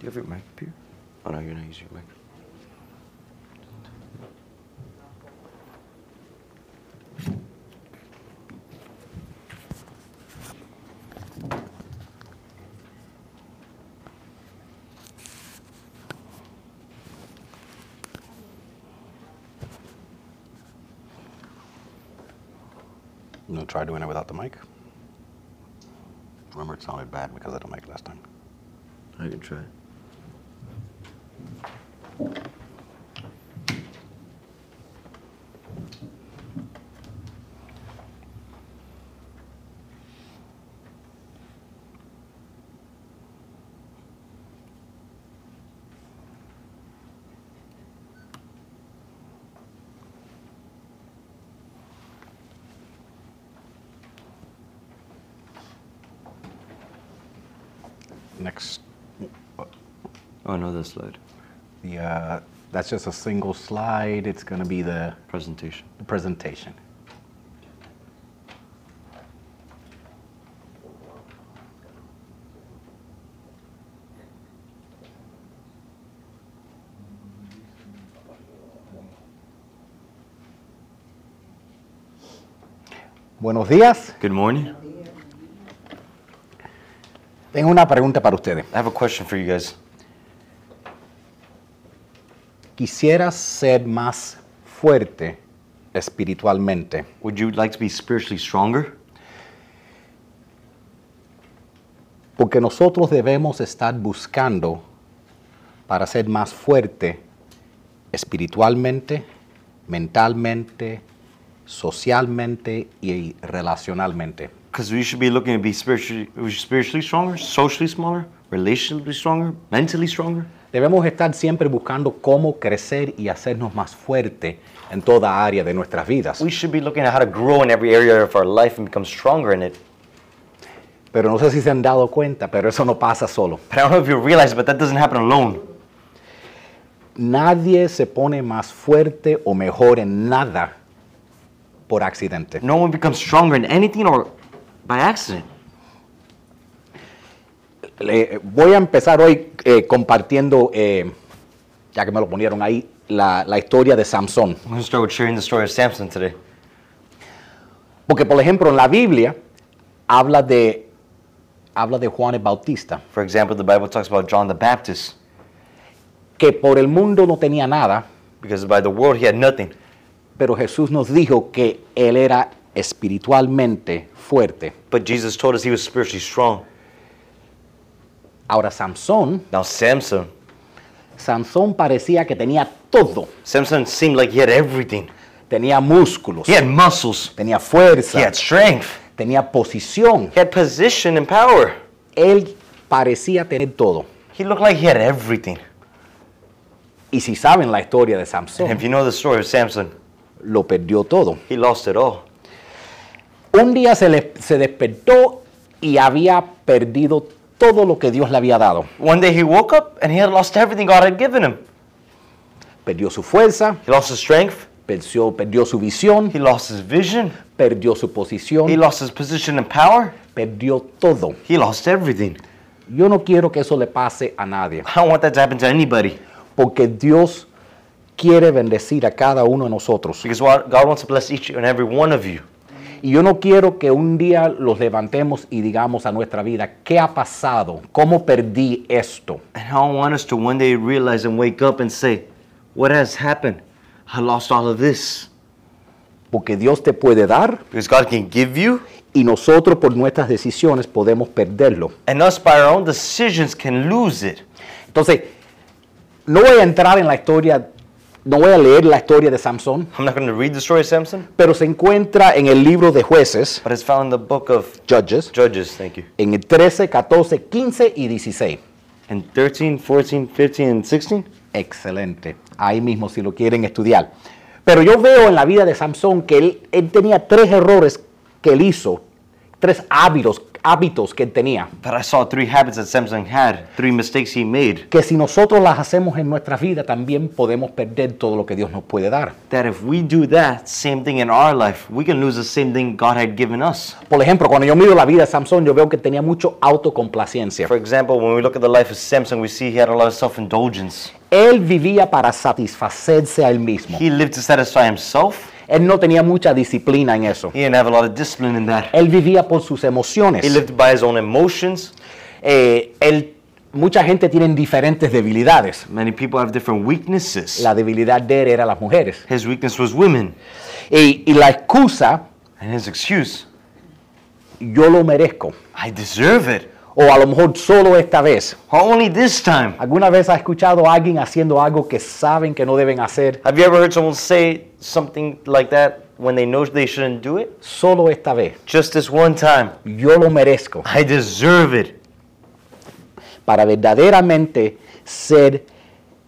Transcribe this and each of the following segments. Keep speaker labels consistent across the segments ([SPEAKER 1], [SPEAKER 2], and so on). [SPEAKER 1] favorite mic up here? Oh no, you're not using your mic. You want to try doing it without the mic? Remember, it sounded bad because of the mic last time.
[SPEAKER 2] I can try.
[SPEAKER 1] Next,
[SPEAKER 2] Oh, another slide.
[SPEAKER 1] the uh, that's just a single slide. It's going to be the,
[SPEAKER 2] Presentation.
[SPEAKER 1] the presentation. Buenos días.
[SPEAKER 2] Good morning.
[SPEAKER 1] Tengo una pregunta para ustedes.
[SPEAKER 2] I have a question for you guys.
[SPEAKER 1] Quisiera ser más fuerte espiritualmente.
[SPEAKER 2] Would you like to be spiritually stronger?
[SPEAKER 1] Porque nosotros debemos estar buscando para ser más fuerte espiritualmente, mentalmente, socialmente y relacionalmente.
[SPEAKER 2] Because we should be looking to be spiritually, we should spiritually stronger, socially smaller, relationally stronger, mentally stronger.
[SPEAKER 1] Debemos estar siempre buscando cómo crecer y hacernos más fuerte en toda área de nuestras vidas.
[SPEAKER 2] We should be looking at how to grow in every area of our life and become stronger in it.
[SPEAKER 1] Pero no sé si se han dado cuenta, pero eso no pasa solo.
[SPEAKER 2] But I don't know if you realize, but that doesn't happen alone.
[SPEAKER 1] Nadie se pone más fuerte o mejor en nada por accidente.
[SPEAKER 2] No one becomes stronger in anything or by accident.
[SPEAKER 1] Le- voy a empezar hoy eh, compartiendo, eh, ya que me lo ponieron ahí, la, la historia de Samson.
[SPEAKER 2] I'm going to start with sharing the story of Samson today.
[SPEAKER 1] Porque, por ejemplo, en la Biblia habla de, habla de Juan el Bautista,
[SPEAKER 2] For example, the Bible talks about John the Baptist
[SPEAKER 1] que por el mundo no tenía nada,
[SPEAKER 2] because by the world he had nothing.
[SPEAKER 1] pero Jesús nos dijo que él era espiritualmente fuerte.
[SPEAKER 2] But Jesus told us he was spiritually strong.
[SPEAKER 1] Ahora, Samson,
[SPEAKER 2] Now, Samson,
[SPEAKER 1] Samson parecía que tenía todo.
[SPEAKER 2] Samson seemed like he had everything.
[SPEAKER 1] Tenía músculos,
[SPEAKER 2] He had muscles,
[SPEAKER 1] tenía
[SPEAKER 2] he
[SPEAKER 1] fuerza,
[SPEAKER 2] had strength,
[SPEAKER 1] tenía posición.
[SPEAKER 2] he had position and power.
[SPEAKER 1] Él parecía tener todo.
[SPEAKER 2] He looked like he had everything.
[SPEAKER 1] Y si saben la historia de
[SPEAKER 2] And
[SPEAKER 1] Samson,
[SPEAKER 2] if you know the story of Samson,
[SPEAKER 1] lo perdió todo.
[SPEAKER 2] he lost it all.
[SPEAKER 1] Un día se, le- se despertó y había perdido todo lo que Dios le había dado.
[SPEAKER 2] One day he woke up and he had lost everything God had given him.
[SPEAKER 1] Perdió su fuerza,
[SPEAKER 2] He lost his strength, Um.
[SPEAKER 1] perdió, perdió su visión,
[SPEAKER 2] he lost his vision,
[SPEAKER 1] perdió su
[SPEAKER 2] he
[SPEAKER 1] posición,
[SPEAKER 2] lost his position and power,
[SPEAKER 1] perdió todo.
[SPEAKER 2] he lost everything.
[SPEAKER 1] Yo no quiero que eso le pase a nadie,
[SPEAKER 2] I don't want that to happen to anybody
[SPEAKER 1] porque Dios quiere bendecir a cada uno de nosotros.
[SPEAKER 2] because wa- God wants to bless each and every one of you.
[SPEAKER 1] Y yo no quiero que un día los levantemos y digamos a nuestra vida, ¿qué ha pasado? ¿Cómo perdí esto?
[SPEAKER 2] And I want us to one day realize and wake up and say, What has happened? I lost all of this.
[SPEAKER 1] Porque Dios te puede dar
[SPEAKER 2] Because God can give you,
[SPEAKER 1] y nosotros por nuestras decisiones podemos perderlo.
[SPEAKER 2] and us by our own decisions can lose it.
[SPEAKER 1] Entonces, no voy a entrar en la historia, no voy a leer la historia de Samson,
[SPEAKER 2] I'm not going to read the story of Samson,
[SPEAKER 1] pero se encuentra en el libro de jueces,
[SPEAKER 2] but it's found in the book of
[SPEAKER 1] Judges,
[SPEAKER 2] Judges, thank you.
[SPEAKER 1] en el 13, 14, 15 y 16.
[SPEAKER 2] And 13, 14, 15, and 16?
[SPEAKER 1] Excelente, ahí mismo si lo quieren estudiar. Pero yo veo en la vida de Samson que él, él tenía tres errores que él hizo, tres hábitos, hábitos que él tenía,
[SPEAKER 2] But I saw three habits that Samson had, three mistakes he made,
[SPEAKER 1] que si nosotros las hacemos en nuestra vida, también podemos perder todo lo que Dios nos puede dar.
[SPEAKER 2] that if we do that same thing in our life, we can lose the same thing God had given us.
[SPEAKER 1] Por ejemplo, cuando yo miro la vida de Samson, yo veo que tenía mucho autocomplacencia.
[SPEAKER 2] For example, when we look at the life of Samson, we see he had a lot of self-indulgence.
[SPEAKER 1] Él vivía para satisfacerse a él mismo.
[SPEAKER 2] He lived to satisfy himself.
[SPEAKER 1] Él no tenía mucha disciplina en eso.
[SPEAKER 2] He didn't have a lot of discipline in that.
[SPEAKER 1] Él vivía por sus emociones.
[SPEAKER 2] He lived by his own emotions.
[SPEAKER 1] Eh, él- mucha gente tiene diferentes debilidades.
[SPEAKER 2] Many people have different weaknesses.
[SPEAKER 1] La debilidad de él era las mujeres.
[SPEAKER 2] His weakness was women,
[SPEAKER 1] Y, y la excusa,
[SPEAKER 2] and his excuse,
[SPEAKER 1] yo lo merezco.
[SPEAKER 2] I deserve it.
[SPEAKER 1] O a lo mejor solo esta vez.
[SPEAKER 2] Only this time.
[SPEAKER 1] ¿Alguna vez has escuchado a alguien haciendo algo que saben que no deben hacer?
[SPEAKER 2] Have you ever heard someone say something like that when they know they shouldn't do it?
[SPEAKER 1] Solo esta vez.
[SPEAKER 2] Just this one time.
[SPEAKER 1] Yo lo merezco.
[SPEAKER 2] I deserve it.
[SPEAKER 1] Para verdaderamente ser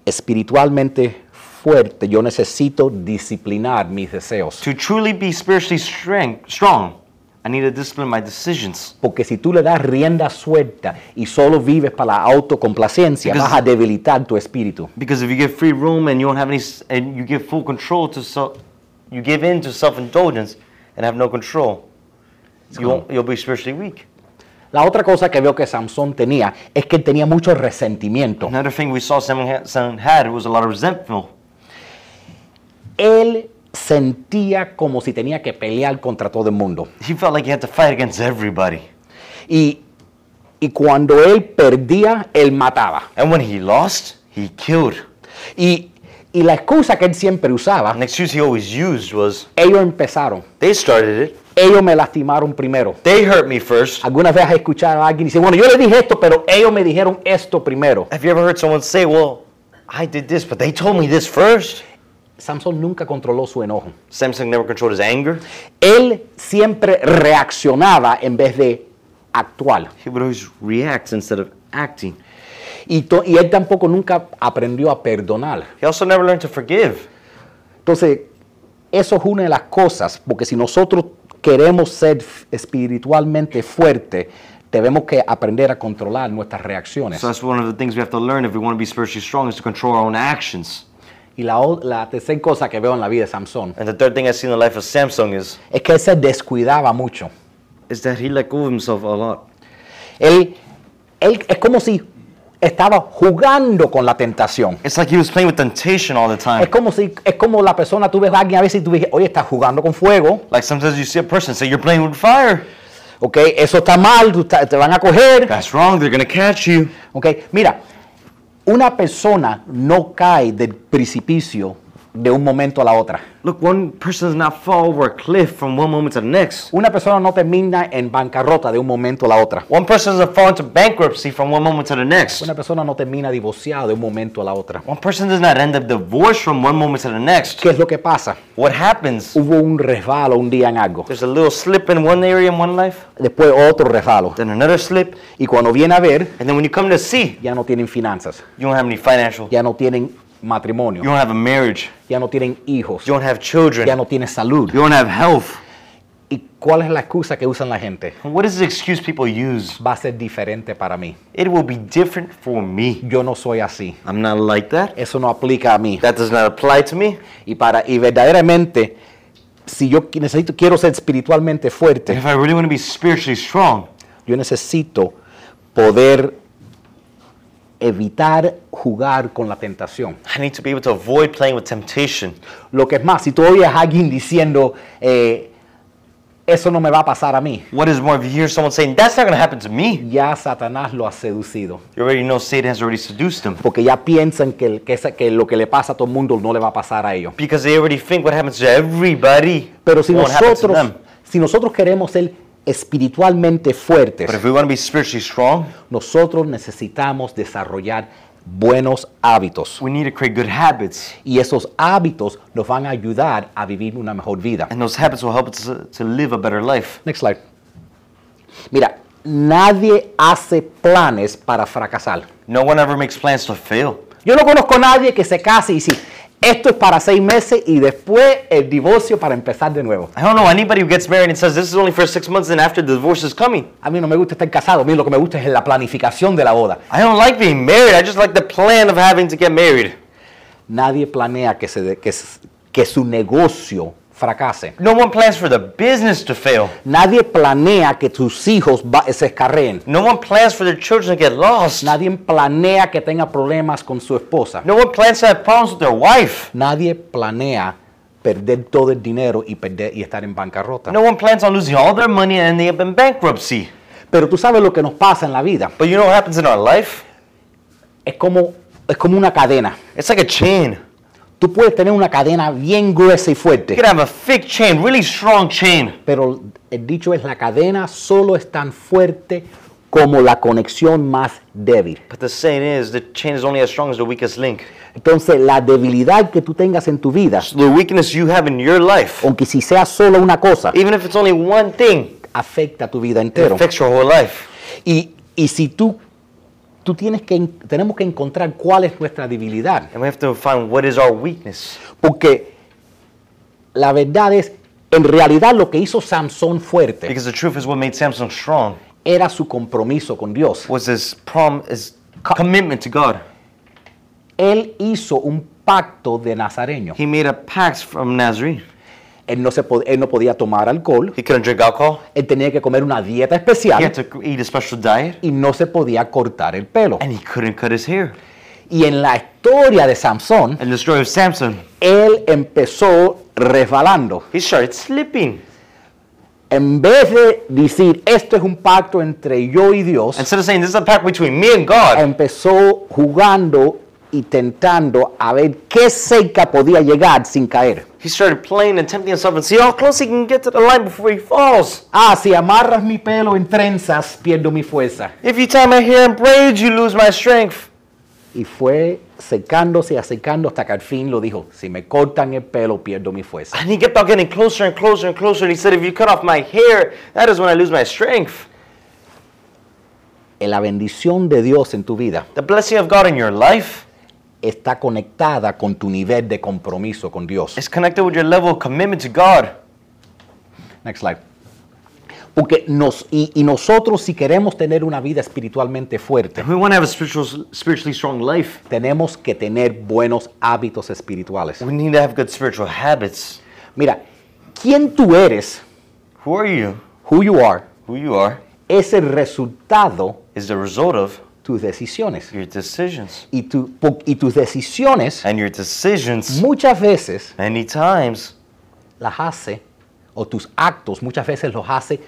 [SPEAKER 1] espiritualmente fuerte, yo necesito disciplinar mis deseos.
[SPEAKER 2] To truly be spiritually strength, strong, I need to discipline my decisions.
[SPEAKER 1] Porque si tú le das rienda suelta y solo vives para la autocomplacencia,
[SPEAKER 2] Because-
[SPEAKER 1] vas a debilitar tu espíritu.
[SPEAKER 2] Because if you give free room and you don't have any, s- and you give full control to self, you give in to self-indulgence and have no control, you won't, you'll be spiritually weak.
[SPEAKER 1] La otra cosa que veo que Samson tenía es que él tenía mucho resentimiento.
[SPEAKER 2] Another thing we saw Sam ha- Sam had was a lot of resentment.
[SPEAKER 1] Él sentía como si tenía que pelear contra todo el mundo.
[SPEAKER 2] He felt like he had to fight against everybody.
[SPEAKER 1] Y, y cuando él perdía, él mataba.
[SPEAKER 2] And when he lost, he killed.
[SPEAKER 1] Y, y la excusa que él siempre usaba,
[SPEAKER 2] An excuse he always used was,
[SPEAKER 1] ellos empezaron,
[SPEAKER 2] they started it,
[SPEAKER 1] ellos me lastimaron primero.
[SPEAKER 2] they hurt me first.
[SPEAKER 1] Algunas veces has escuchado a alguien y dice, bueno, yo le dije esto, pero ellos me dijeron esto primero.
[SPEAKER 2] Have you ever heard someone say, well, I did this, but they told me this first?
[SPEAKER 1] Samson nunca controló su enojo.
[SPEAKER 2] Samson never controlled his anger.
[SPEAKER 1] Él siempre reaccionaba en vez de actuar.
[SPEAKER 2] He would always react instead of acting.
[SPEAKER 1] Y, to- y él tampoco nunca aprendió a perdonar.
[SPEAKER 2] He also never learned to forgive.
[SPEAKER 1] Entonces, eso es una de las cosas, porque si nosotros queremos ser f- espiritualmente fuertes, tenemos que aprender a controlar nuestras reacciones.
[SPEAKER 2] So that's one of the things we have to learn if we want to be spiritually strong is to control our own actions.
[SPEAKER 1] Y la, o- la tercera cosa que veo en la vida de Samson
[SPEAKER 2] And the third thing I see in the life of Samson is,
[SPEAKER 1] es que él se descuidaba mucho.
[SPEAKER 2] is that he let go of himself a lot.
[SPEAKER 1] Él, él es como si estaba jugando con la tentación.
[SPEAKER 2] It's like he was playing with temptation all the
[SPEAKER 1] Es
[SPEAKER 2] time.
[SPEAKER 1] como si, es como la persona, tú ves a alguien a veces y tú dices, oye, estás jugando con fuego,
[SPEAKER 2] Like sometimes you see a person say, you're playing with fire.
[SPEAKER 1] ok, eso está mal, tú estás- te van a coger.
[SPEAKER 2] That's wrong, they're gonna catch you.
[SPEAKER 1] ¿Ok? Mira, una persona no cae del precipicio de un momento a la otra.
[SPEAKER 2] Look, one person does not fall over a cliff from one moment to the next.
[SPEAKER 1] Una persona no termina en bancarrota de un momento a la otra.
[SPEAKER 2] One person doesn't fall into bankruptcy from one moment to the next.
[SPEAKER 1] Una persona no termina divorciada de un momento a la otra.
[SPEAKER 2] One person does not end up divorced from one moment to the next.
[SPEAKER 1] ¿Qué es lo que pasa?
[SPEAKER 2] What happens?
[SPEAKER 1] Hubo un resbalo un día en algo,
[SPEAKER 2] There's a little slip in one area in one life,
[SPEAKER 1] después otro resbalo.
[SPEAKER 2] then another slip,
[SPEAKER 1] Y cuando viene a ver,
[SPEAKER 2] and then when you come to see,
[SPEAKER 1] ya no tienen finanzas,
[SPEAKER 2] you don't have any financial,
[SPEAKER 1] ya no tienen
[SPEAKER 2] you
[SPEAKER 1] matrimonio,
[SPEAKER 2] don't have a marriage,
[SPEAKER 1] ya no tienen hijos,
[SPEAKER 2] you don't have children,
[SPEAKER 1] ya
[SPEAKER 2] you
[SPEAKER 1] no tienen salud.
[SPEAKER 2] don't have health.
[SPEAKER 1] ¿Y cuál es la excusa que usan la gente?
[SPEAKER 2] What is the excuse people use?
[SPEAKER 1] Va a ser diferente para mí.
[SPEAKER 2] It will be different for me.
[SPEAKER 1] Yo no soy así.
[SPEAKER 2] I'm not like that.
[SPEAKER 1] Eso no aplica a mí.
[SPEAKER 2] That does not apply to me.
[SPEAKER 1] Y para y verdaderamente, si yo qui- necesito quiero ser espiritualmente fuerte,
[SPEAKER 2] If I really want to be spiritually strong,
[SPEAKER 1] yo necesito poder evitar jugar con la tentación.
[SPEAKER 2] I need to be able to avoid playing with temptation.
[SPEAKER 1] Lo que es más, si tú oyes a alguien diciendo eh, eso no me va a pasar a mí,
[SPEAKER 2] What is more, if you hear someone saying, that's not going to happen to me,
[SPEAKER 1] ya Satanás lo ha seducido,
[SPEAKER 2] you already know Satan has already seduced them.
[SPEAKER 1] porque ya piensan que, el- que esa- que lo que le pasa a todo el mundo no le va a pasar a ellos.
[SPEAKER 2] Because they already think what happens to everybody
[SPEAKER 1] Pero si
[SPEAKER 2] won't happen to
[SPEAKER 1] nosotros,
[SPEAKER 2] them.
[SPEAKER 1] si nosotros queremos ser espiritualmente fuertes,
[SPEAKER 2] But if we want to be spiritually strong,
[SPEAKER 1] Nosotros necesitamos desarrollar buenos hábitos
[SPEAKER 2] we need to create good habits.
[SPEAKER 1] y esos hábitos nos van a ayudar a vivir una mejor vida.
[SPEAKER 2] And those habits will help us to, to live a better life.
[SPEAKER 1] Next slide. Mira, nadie hace planes para fracasar.
[SPEAKER 2] No one ever makes plans to fail.
[SPEAKER 1] Yo no conozco a nadie que se case y si esto es para seis meses y después el divorcio para empezar de nuevo.
[SPEAKER 2] I don't know anybody who gets married and says this is only for six months and after the divorce is coming.
[SPEAKER 1] A mí no me gusta estar casado, a mí lo que me gusta es la planificación de la boda.
[SPEAKER 2] I don't like being married. I just like the plan of having to get married.
[SPEAKER 1] Nadie planea que, se de- que s- que su negocio fracase.
[SPEAKER 2] No one plans for the business to fail.
[SPEAKER 1] Nadie planea que tus hijos va- se escarreen.
[SPEAKER 2] No one plans for their children to get lost.
[SPEAKER 1] Nadie planea que tenga problemas con su esposa.
[SPEAKER 2] No one plans to have problems with their wife.
[SPEAKER 1] Nadie planea perder todo el dinero y, perder, y estar en bancarrota.
[SPEAKER 2] No one plans on losing all their money and ending up in bankruptcy.
[SPEAKER 1] Pero tú sabes lo que nos pasa en la vida.
[SPEAKER 2] But you know what happens in our life?
[SPEAKER 1] Es como, es como una cadena.
[SPEAKER 2] It's like a chain.
[SPEAKER 1] Tú puedes tener una cadena bien gruesa y fuerte.
[SPEAKER 2] You can have a thick chain, really strong chain.
[SPEAKER 1] Pero el dicho es, la cadena solo es tan fuerte como la conexión más débil.
[SPEAKER 2] But the saying is, the chain is only as strong as the weakest link.
[SPEAKER 1] Entonces, la debilidad que tú tengas en tu vida,
[SPEAKER 2] So the weakness you have in your life,
[SPEAKER 1] aunque si sea solo una cosa,
[SPEAKER 2] even if it's only one thing,
[SPEAKER 1] afecta tu vida
[SPEAKER 2] it
[SPEAKER 1] entera.
[SPEAKER 2] affects your whole life.
[SPEAKER 1] Y, y si tú, tú tienes que, en- tenemos que encontrar cuál es nuestra debilidad.
[SPEAKER 2] And we have to find what is our weakness.
[SPEAKER 1] Porque la verdad es, en realidad lo que hizo Samson fuerte
[SPEAKER 2] Because the truth is, what made Samson strong
[SPEAKER 1] era su compromiso con Dios.
[SPEAKER 2] was his prom, his commitment to God.
[SPEAKER 1] Él hizo un pacto de nazareño.
[SPEAKER 2] He made a pact from Nazarene.
[SPEAKER 1] Él no, se po- él no podía tomar alcohol,
[SPEAKER 2] He couldn't drink alcohol.
[SPEAKER 1] él tenía que comer una dieta
[SPEAKER 2] He had
[SPEAKER 1] especial
[SPEAKER 2] to eat a special diet,
[SPEAKER 1] y no se podía cortar el pelo.
[SPEAKER 2] and he couldn't cut his hair.
[SPEAKER 1] Y en la historia de Samson,
[SPEAKER 2] And the story of Samson,
[SPEAKER 1] él empezó resbalando.
[SPEAKER 2] he started slipping.
[SPEAKER 1] En vez de decir, esto es un pacto entre yo y Dios,
[SPEAKER 2] Instead of saying this is a pact between me and God,
[SPEAKER 1] empezó jugando y tentando a ver qué cerca podía llegar sin caer.
[SPEAKER 2] he started playing and tempting himself and see how close he can get to the line before he falls.
[SPEAKER 1] Ah, si amarras mi pelo en trenzas, pierdo mi fuerza.
[SPEAKER 2] If you tie my hair in braids, you lose my strength.
[SPEAKER 1] Y fue secándose y acercando hasta que al fin lo dijo, si me cortan el pelo, pierdo mi fuerza.
[SPEAKER 2] And he kept on getting closer and closer and closer. And he said, If you cut off my hair, that is when I lose my strength.
[SPEAKER 1] En La bendición de Dios en tu vida
[SPEAKER 2] The blessing of God in your life
[SPEAKER 1] está conectada con tu nivel de compromiso con Dios.
[SPEAKER 2] is connected with your level of commitment to God.
[SPEAKER 1] Next slide. Porque nos, y, y nosotros si queremos tener una vida espiritualmente fuerte,
[SPEAKER 2] If we want to have a spiritual, spiritually strong life,
[SPEAKER 1] tenemos que tener buenos hábitos espirituales.
[SPEAKER 2] we need to have good spiritual habits.
[SPEAKER 1] Mira, quién tú eres,
[SPEAKER 2] Who are you?
[SPEAKER 1] who you are,
[SPEAKER 2] Who you are
[SPEAKER 1] es el resultado
[SPEAKER 2] is the result of
[SPEAKER 1] de tus decisiones.
[SPEAKER 2] your decisions.
[SPEAKER 1] Y, tu- po- y tus decisiones
[SPEAKER 2] And your decisions,
[SPEAKER 1] muchas veces
[SPEAKER 2] many times,
[SPEAKER 1] las hace, o tus actos muchas veces los hace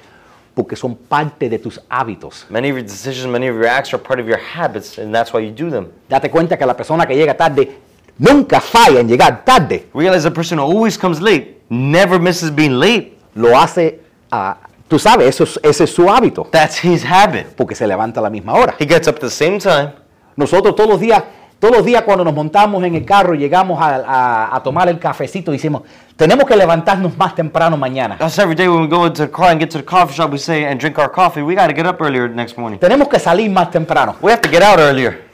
[SPEAKER 1] porque son parte de tus hábitos.
[SPEAKER 2] many of your decisions, many of your acts are part of your habits, and that's why you do them.
[SPEAKER 1] Date cuenta que la persona que llega tarde nunca falla en llegar tarde.
[SPEAKER 2] Realize the person who always comes late never misses being late.
[SPEAKER 1] Lo hace, ah, tú sabes, eso es- ese es su hábito,
[SPEAKER 2] That's his habit.
[SPEAKER 1] porque se levanta a la misma hora.
[SPEAKER 2] He gets up at the same time.
[SPEAKER 1] Nosotros todos los días, todos los días cuando nos montamos en el carro y llegamos a, a- a tomar el cafecito, decimos, tenemos que levantarnos más temprano mañana.
[SPEAKER 2] That's every day when we go into the car and get to the coffee shop, we say, and drink our coffee, we gotta get up earlier next morning.
[SPEAKER 1] Tenemos que salir más temprano,
[SPEAKER 2] We have to get out earlier,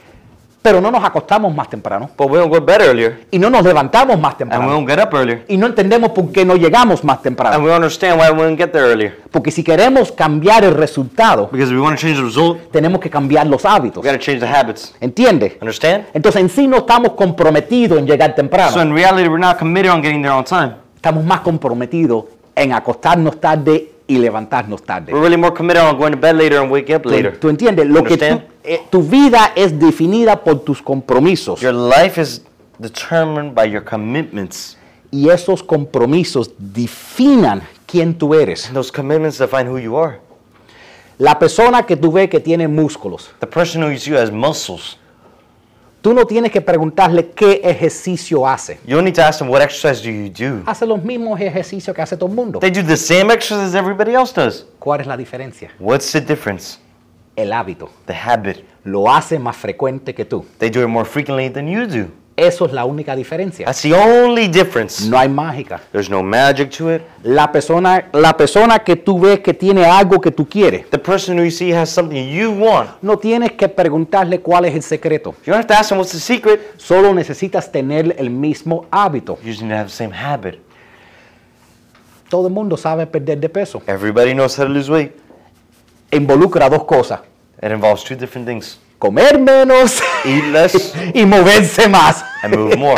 [SPEAKER 1] pero no nos acostamos más temprano
[SPEAKER 2] but we don't go to bed earlier,
[SPEAKER 1] y no nos levantamos más
[SPEAKER 2] and we
[SPEAKER 1] temprano
[SPEAKER 2] don't get up earlier,
[SPEAKER 1] y no entendemos por qué no llegamos más
[SPEAKER 2] and
[SPEAKER 1] temprano.
[SPEAKER 2] we don't understand why we don't get there earlier.
[SPEAKER 1] Porque si queremos cambiar el resultado,
[SPEAKER 2] Because if we wanna change the result,
[SPEAKER 1] tenemos que cambiar los hábitos.
[SPEAKER 2] we gotta change the habits.
[SPEAKER 1] ¿Entiendes?
[SPEAKER 2] Understand?
[SPEAKER 1] Entonces en sí no estamos comprometidos en llegar
[SPEAKER 2] So
[SPEAKER 1] temprano,
[SPEAKER 2] in reality, we're not committed on getting there on time.
[SPEAKER 1] estamos más comprometidos en acostarnos tarde y levantarnos tarde.
[SPEAKER 2] We're really more committed on going to bed later and wake up
[SPEAKER 1] Tú-
[SPEAKER 2] Mm, later.
[SPEAKER 1] ¿Tú, entiendes? Lo que tú-
[SPEAKER 2] Understand?
[SPEAKER 1] eh, tu vida es definida por tus compromisos
[SPEAKER 2] Your life is determined by your commitments.
[SPEAKER 1] y esos compromisos definan quién tú eres.
[SPEAKER 2] And those commitments define who you are.
[SPEAKER 1] La persona que tú ves que tiene músculos,
[SPEAKER 2] The person who you see has muscles.
[SPEAKER 1] tú no tienes que preguntarle qué ejercicio hace.
[SPEAKER 2] You don't need to ask them what exercise do you do.
[SPEAKER 1] Hace los mismos ejercicios que hace todo el mundo.
[SPEAKER 2] They do the same exercise everybody else does.
[SPEAKER 1] ¿Cuál es la diferencia?
[SPEAKER 2] What's the difference?
[SPEAKER 1] El hábito.
[SPEAKER 2] The habit.
[SPEAKER 1] Lo hace más frecuente que tú.
[SPEAKER 2] They do it more frequently than you do.
[SPEAKER 1] Eso es la única diferencia.
[SPEAKER 2] That's the only difference.
[SPEAKER 1] No hay mágica.
[SPEAKER 2] There's no magic to it.
[SPEAKER 1] La persona, la persona que tú ves que tiene algo que tú quieres,
[SPEAKER 2] The person who you see has something you want.
[SPEAKER 1] no tienes que preguntarle cuál es el secreto.
[SPEAKER 2] You don't have to ask them what's the secret.
[SPEAKER 1] Solo necesitas tener el mismo hábito.
[SPEAKER 2] You just need to have the same habit.
[SPEAKER 1] Todo el mundo sabe perder de peso.
[SPEAKER 2] Everybody knows how to lose weight.
[SPEAKER 1] Involucra dos cosas.
[SPEAKER 2] It involves two different things.
[SPEAKER 1] Comer menos
[SPEAKER 2] Eat less
[SPEAKER 1] y moverse más.
[SPEAKER 2] and move more.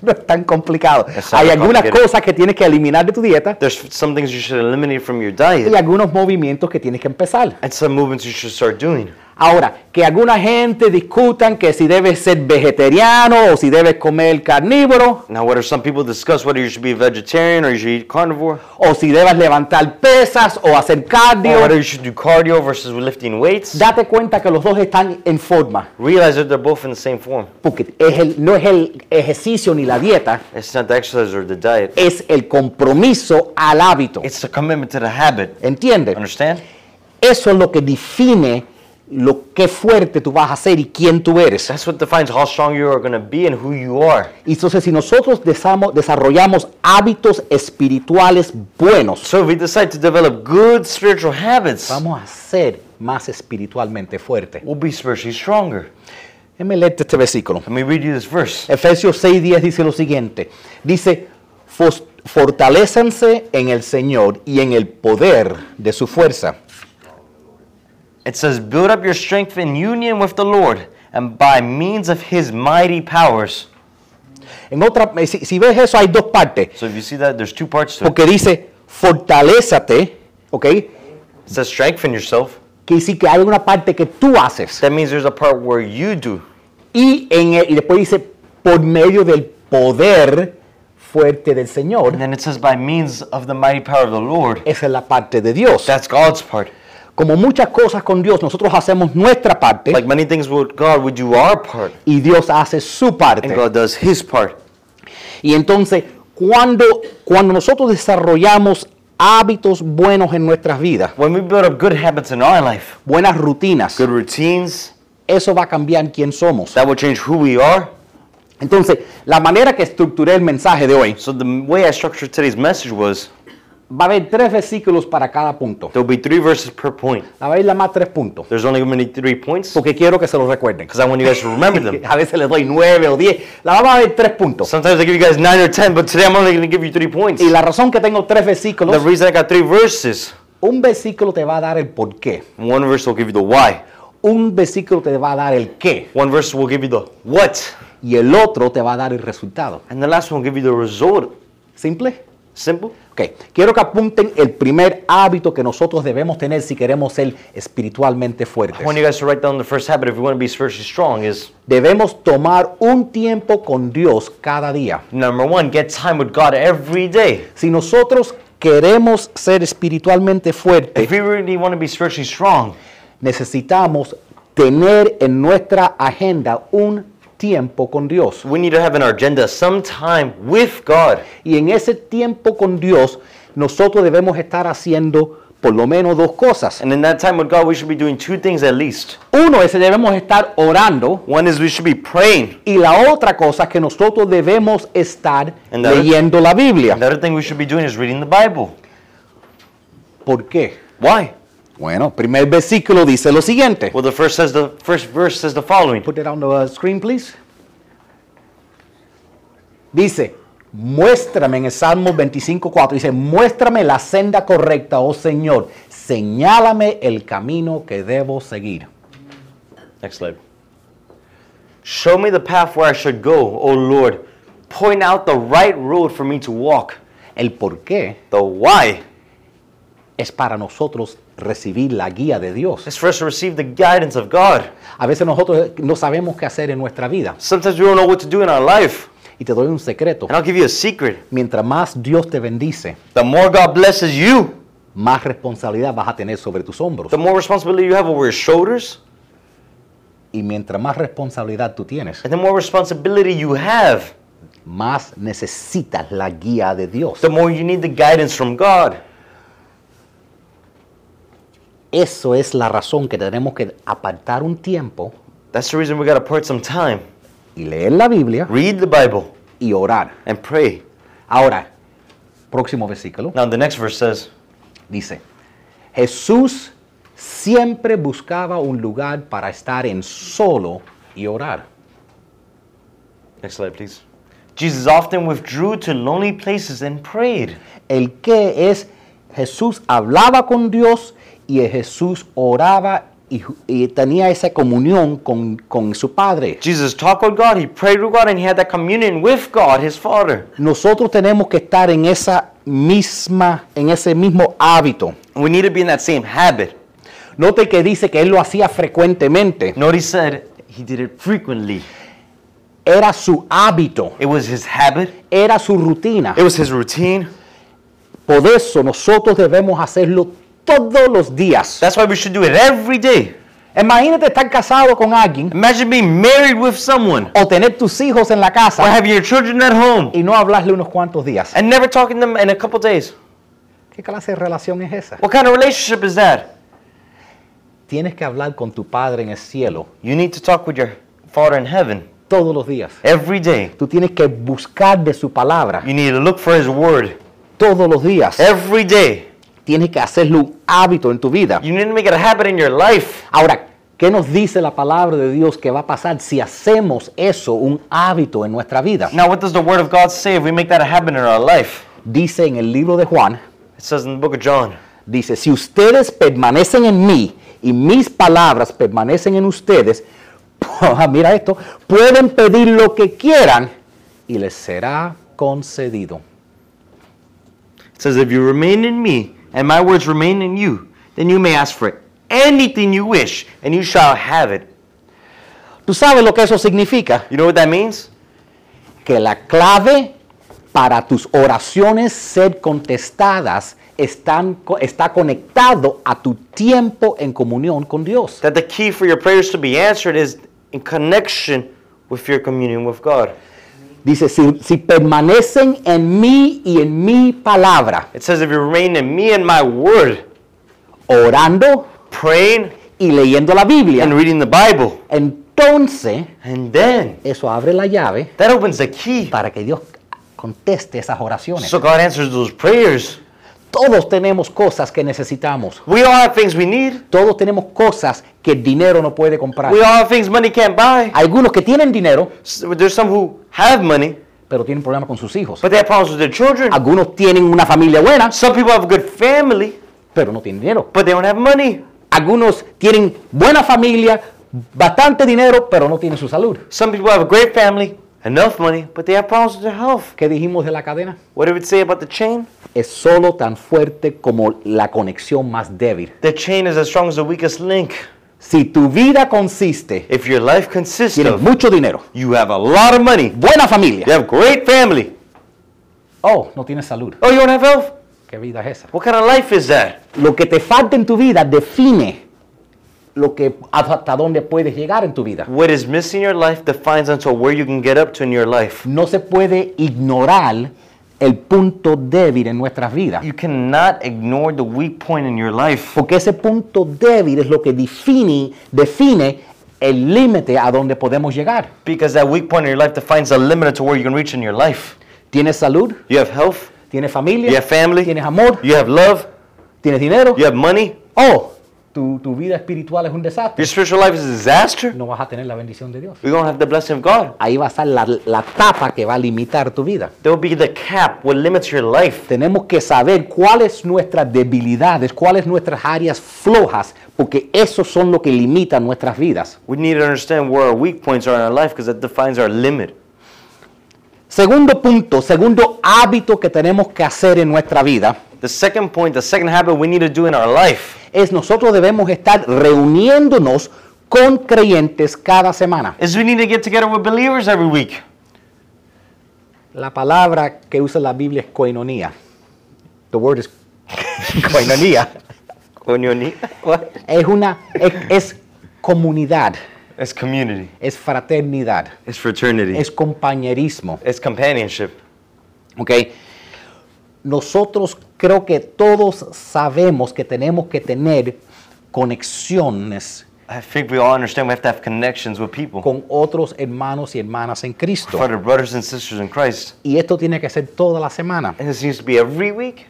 [SPEAKER 1] No es tan complicado.
[SPEAKER 2] It's not
[SPEAKER 1] Hay algunas
[SPEAKER 2] complicated.
[SPEAKER 1] cosas que tienes que eliminar de tu dieta
[SPEAKER 2] There's some things you should eliminate from
[SPEAKER 1] y
[SPEAKER 2] your diet
[SPEAKER 1] algunos movimientos que tienes que empezar.
[SPEAKER 2] and some movements you should start doing.
[SPEAKER 1] Ahora, que alguna gente discutan que si debes ser vegetariano o si debes comer carnívoro
[SPEAKER 2] Now, whether some people discuss whether you should be a vegetarian or you should eat carnivore,
[SPEAKER 1] o si debes levantar pesas o hacer
[SPEAKER 2] or whether
[SPEAKER 1] cardio,
[SPEAKER 2] you should do cardio versus lifting weights,
[SPEAKER 1] date cuenta que los dos están en forma,
[SPEAKER 2] realize that they're both in the same form.
[SPEAKER 1] porque es el- no es el ejercicio ni la dieta,
[SPEAKER 2] It's not the exercise or the diet.
[SPEAKER 1] es el compromiso al hábito.
[SPEAKER 2] It's the commitment to the habit.
[SPEAKER 1] ¿Entiendes?
[SPEAKER 2] Understand?
[SPEAKER 1] Eso es lo que define lo que fuerte tú vas a ser y quién tú eres.
[SPEAKER 2] That's what defines how strong you are going to be and who you are.
[SPEAKER 1] Y entonces si nosotros desamo- desarrollamos hábitos espirituales buenos,
[SPEAKER 2] So if we decide to develop good spiritual habits,
[SPEAKER 1] vamos a ser más espiritualmente fuertes.
[SPEAKER 2] we'll be spiritually stronger.
[SPEAKER 1] Déjame leerte este versículo.
[SPEAKER 2] Let me read you this verse.
[SPEAKER 1] Efesios 6:10 dice lo siguiente. Dice, "Fos- fortalézanse en el Señor y en el poder de su fuerza.
[SPEAKER 2] It says, Build up your strength in union with the Lord, and by means of his mighty powers.
[SPEAKER 1] En otra, eh, si, si ves eso hay dos partes,
[SPEAKER 2] So if you see that, there's two parts to it.
[SPEAKER 1] porque dice, fortalézate, ¿ok?
[SPEAKER 2] It says, Strengthen yourself.
[SPEAKER 1] Que dice que hay una parte que tú haces.
[SPEAKER 2] That means there's a part where you do.
[SPEAKER 1] Y, en el- y después dice, por medio del poder fuerte del Señor.
[SPEAKER 2] And then it says, By means of the mighty power of the Lord.
[SPEAKER 1] Esa es la parte de Dios.
[SPEAKER 2] That's God's part.
[SPEAKER 1] Como muchas cosas con Dios, nosotros hacemos nuestra parte
[SPEAKER 2] Like many things with God, we do our part,
[SPEAKER 1] y Dios hace su parte.
[SPEAKER 2] and God does his part.
[SPEAKER 1] Y entonces, cuando, cuando nosotros desarrollamos hábitos buenos en nuestras vidas,
[SPEAKER 2] When we build up good habits in our life,
[SPEAKER 1] buenas rutinas,
[SPEAKER 2] good routines,
[SPEAKER 1] eso va a cambiar quién somos.
[SPEAKER 2] that will change who we are.
[SPEAKER 1] Entonces, la manera que estructuré el mensaje de hoy,
[SPEAKER 2] So the way I structured today's message was
[SPEAKER 1] va a haber tres versículos para cada punto.
[SPEAKER 2] there'll be three verses per point.
[SPEAKER 1] A ver, la más tres puntos,
[SPEAKER 2] There's only going to be three points
[SPEAKER 1] porque quiero que se los recuerden.
[SPEAKER 2] because I want you guys to remember them.
[SPEAKER 1] A veces les doy nueve o diez. La vamos a ver tres puntos.
[SPEAKER 2] Sometimes I give you guys nine or ten, but today I'm only going to give you three points.
[SPEAKER 1] Y la razón que tengo tres
[SPEAKER 2] The
[SPEAKER 1] versículos,
[SPEAKER 2] reason I got three verses,
[SPEAKER 1] un versículo te va a dar el por qué.
[SPEAKER 2] one verse will give you the why,
[SPEAKER 1] Un versículo te va a dar el qué
[SPEAKER 2] one verse will give you the what,
[SPEAKER 1] y el otro te va a dar el resultado.
[SPEAKER 2] and the last one will give you the result.
[SPEAKER 1] ¿Simple?
[SPEAKER 2] Simple.
[SPEAKER 1] Ok, quiero que apunten el primer hábito que nosotros debemos tener si queremos ser espiritualmente
[SPEAKER 2] I want
[SPEAKER 1] fuertes.
[SPEAKER 2] you guys to write down the first habit if you want to be spiritually strong is
[SPEAKER 1] Debemos tomar un tiempo con Dios cada día.
[SPEAKER 2] number one, get time with God every day.
[SPEAKER 1] Si nosotros queremos ser espiritualmente
[SPEAKER 2] If
[SPEAKER 1] fuertes,
[SPEAKER 2] we really want to be spiritually strong,
[SPEAKER 1] necesitamos tener en nuestra agenda un tiempo con Dios.
[SPEAKER 2] we need to have an agenda sometime with God.
[SPEAKER 1] Y en ese tiempo con Dios, nosotros debemos estar haciendo por lo menos dos cosas.
[SPEAKER 2] And in that time with God, we should be doing two things at least.
[SPEAKER 1] Uno es que debemos estar orando
[SPEAKER 2] One is we should be praying.
[SPEAKER 1] y la otra cosa es que nosotros debemos estar
[SPEAKER 2] And the other-
[SPEAKER 1] leyendo la Biblia.
[SPEAKER 2] The other thing we should be doing is reading the Bible.
[SPEAKER 1] ¿Por qué?
[SPEAKER 2] Why?
[SPEAKER 1] Bueno, primer versículo dice lo siguiente.
[SPEAKER 2] Well, the first says the first verse says the following.
[SPEAKER 1] Put it on the screen, please. Dice, muéstrame en el Salmo 25.4, dice, muéstrame la senda correcta, oh Señor, señálame el camino que debo seguir.
[SPEAKER 2] Next slide. Show me the path where I should go, O Lord. Point out the right road for me to walk.
[SPEAKER 1] El por qué
[SPEAKER 2] The why
[SPEAKER 1] es para nosotros recibir la guía de Dios.
[SPEAKER 2] is for us to receive the guidance of God.
[SPEAKER 1] A veces nosotros no sabemos qué hacer en nuestra vida.
[SPEAKER 2] Sometimes we don't know what to do in our life.
[SPEAKER 1] Y te doy un secreto.
[SPEAKER 2] And I'll give you a secret.
[SPEAKER 1] Mientras más Dios te bendice,
[SPEAKER 2] The more God blesses you,
[SPEAKER 1] más responsabilidad vas a tener sobre tus hombros.
[SPEAKER 2] the more responsibility you have over your shoulders,
[SPEAKER 1] Y mientras más responsabilidad tú tienes,
[SPEAKER 2] and the more responsibility you have.
[SPEAKER 1] más necesitas la guía de Dios.
[SPEAKER 2] the more you need the guidance from God.
[SPEAKER 1] Eso es la razón que tenemos que apartar un tiempo
[SPEAKER 2] That's the reason we gotta part some time
[SPEAKER 1] y leer la Biblia
[SPEAKER 2] Read the Bible
[SPEAKER 1] y orar.
[SPEAKER 2] and pray.
[SPEAKER 1] Ahora, próximo versículo,
[SPEAKER 2] Now, the next verse says,
[SPEAKER 1] dice, Jesús siempre buscaba un lugar para estar en solo y orar.
[SPEAKER 2] Next slide, please. Jesus often withdrew to lonely places and prayed.
[SPEAKER 1] El que es Jesús hablaba con Dios y Jesús oraba y, ju- y tenía esa comunión con, con su Padre.
[SPEAKER 2] Jesus talked with God, he prayed with God, and he had that communion with God, his Father.
[SPEAKER 1] Nosotros tenemos que estar en esa misma, en ese mismo hábito.
[SPEAKER 2] We need to be in that same habit.
[SPEAKER 1] Note que dice que él lo hacía frecuentemente.
[SPEAKER 2] Note he said he did it frequently.
[SPEAKER 1] Era su hábito,
[SPEAKER 2] It was his habit,
[SPEAKER 1] era su rutina.
[SPEAKER 2] it was his routine.
[SPEAKER 1] Por eso nosotros debemos hacerlo todos los días.
[SPEAKER 2] That's why we should do it every day.
[SPEAKER 1] Imagínate estar casado con alguien
[SPEAKER 2] Imagine being married with someone
[SPEAKER 1] o tener tus hijos en la
[SPEAKER 2] or
[SPEAKER 1] casa
[SPEAKER 2] having your children at home
[SPEAKER 1] y no hablarle unos cuantos días.
[SPEAKER 2] and never talking to them in a couple days.
[SPEAKER 1] ¿Qué clase de relación es esa?
[SPEAKER 2] What kind of relationship is that?
[SPEAKER 1] Tienes que hablar con tu Padre en el cielo
[SPEAKER 2] You need to talk with your Father in heaven
[SPEAKER 1] todos los días.
[SPEAKER 2] every day.
[SPEAKER 1] Tú tienes que buscar de su palabra
[SPEAKER 2] You need to look for his word
[SPEAKER 1] todos los días.
[SPEAKER 2] every day.
[SPEAKER 1] Tienes que hacerlo un hábito en tu vida.
[SPEAKER 2] You need to make it a habit in your life.
[SPEAKER 1] Ahora, ¿qué nos dice la palabra de Dios que va a pasar si hacemos eso un hábito en nuestra vida?
[SPEAKER 2] Now, what does the Word of God say if we make that a habit in our life?
[SPEAKER 1] Dice en el libro de Juan,
[SPEAKER 2] It says in the book of John,
[SPEAKER 1] dice, si ustedes permanecen en mí y mis palabras permanecen en ustedes, ah, mira esto, pueden pedir lo que quieran y les será concedido.
[SPEAKER 2] it says, If you remain in me and my words remain in you, then you may ask for anything you wish and you shall have it.
[SPEAKER 1] ¿Tú sabes lo que eso significa?
[SPEAKER 2] You know what that means?
[SPEAKER 1] Que la clave para tus oraciones ser contestadas están co- está conectado a tu tiempo en comunión con Dios.
[SPEAKER 2] That the key for your prayers to be answered is in connection with your communion with God.
[SPEAKER 1] Dice, si, si permanecen en mí y en mi palabra,
[SPEAKER 2] It says, If you remain in me and my word,
[SPEAKER 1] orando
[SPEAKER 2] praying
[SPEAKER 1] y leyendo la Biblia,
[SPEAKER 2] and reading the Bible,
[SPEAKER 1] Entonces,
[SPEAKER 2] and then
[SPEAKER 1] eso abre la llave
[SPEAKER 2] that opens the key.
[SPEAKER 1] para que Dios conteste esas oraciones.
[SPEAKER 2] So God answers those prayers.
[SPEAKER 1] Todos tenemos cosas que necesitamos.
[SPEAKER 2] We all have things we need.
[SPEAKER 1] Todos tenemos cosas que el dinero no puede comprar.
[SPEAKER 2] We all have things money can't buy.
[SPEAKER 1] Algunos que tienen dinero,
[SPEAKER 2] S- There's some who have money,
[SPEAKER 1] pero tienen problemas con sus hijos.
[SPEAKER 2] but they have problems with their children.
[SPEAKER 1] Algunos tienen una familia buena,
[SPEAKER 2] Some people have a good family,
[SPEAKER 1] pero no tienen dinero.
[SPEAKER 2] but they don't have money.
[SPEAKER 1] Algunos tienen buena familia, bastante dinero, pero no tienen su salud.
[SPEAKER 2] Some people have a great family, enough money, but they have problems with their health.
[SPEAKER 1] ¿Qué dijimos de la cadena?
[SPEAKER 2] What did it say about the chain?
[SPEAKER 1] Es solo tan fuerte como la conexión más débil.
[SPEAKER 2] The chain is as strong as the weakest link.
[SPEAKER 1] Si tu vida consiste,
[SPEAKER 2] If your life consists
[SPEAKER 1] tienes
[SPEAKER 2] of
[SPEAKER 1] mucho dinero,
[SPEAKER 2] you have a lot of money,
[SPEAKER 1] buena familia,
[SPEAKER 2] you have great family,
[SPEAKER 1] Oh, no tienes salud.
[SPEAKER 2] oh, you don't have health?
[SPEAKER 1] ¿Qué vida es esa?
[SPEAKER 2] What kind of life is that?
[SPEAKER 1] Lo que te falta en tu vida define lo que hasta dónde puedes llegar en tu vida.
[SPEAKER 2] What is missing in your life defines until where you can get up to in your life.
[SPEAKER 1] No se puede ignorar el punto débil en nuestras vidas,
[SPEAKER 2] You cannot ignore the weak point in your life.
[SPEAKER 1] porque ese punto débil es lo que define, define el límite a donde podemos llegar.
[SPEAKER 2] Because that weak point in your life defines a limiter to where you can reach in your life.
[SPEAKER 1] ¿Tienes salud?
[SPEAKER 2] You have health,
[SPEAKER 1] ¿Tienes familia?
[SPEAKER 2] you have family,
[SPEAKER 1] ¿Tienes amor?
[SPEAKER 2] you have love,
[SPEAKER 1] ¿Tienes dinero?
[SPEAKER 2] you have money.
[SPEAKER 1] Oh, tu, tu vida espiritual es un desastre.
[SPEAKER 2] Your spiritual life is a disaster.
[SPEAKER 1] No vas a tener la bendición de Dios.
[SPEAKER 2] You don't have the blessing of God.
[SPEAKER 1] Ahí va a estar la, la tapa que va a limitar tu vida.
[SPEAKER 2] There will be the cap, what limits your life.
[SPEAKER 1] Tenemos que saber cuáles nuestras debilidades, cuáles nuestras áreas flojas, porque esos son lo que limitan nuestras vidas.
[SPEAKER 2] We need to understand where our weak points are in our life because that defines our limit.
[SPEAKER 1] Segundo punto, segundo hábito que tenemos que hacer en nuestra vida
[SPEAKER 2] The second point, the second habit we need to do in our life
[SPEAKER 1] es nosotros debemos estar reuniéndonos con creyentes cada semana.
[SPEAKER 2] is we need to get together with believers every week.
[SPEAKER 1] La palabra que usa la Biblia es coinonía. The word is coinonía.
[SPEAKER 2] On your knee. What?
[SPEAKER 1] Es una es, es comunidad,
[SPEAKER 2] It's community.
[SPEAKER 1] es fraternidad,
[SPEAKER 2] It's fraternity.
[SPEAKER 1] es compañerismo.
[SPEAKER 2] it's companionship.
[SPEAKER 1] ¿Ok? Nosotros creo que todos sabemos que tenemos que tener conexiones
[SPEAKER 2] I think we all understand we have to have connections with people.
[SPEAKER 1] con otros hermanos y hermanas en Cristo.
[SPEAKER 2] For the brothers and sisters in Christ.
[SPEAKER 1] Y esto tiene que ser toda la semana.
[SPEAKER 2] And this needs to be every week.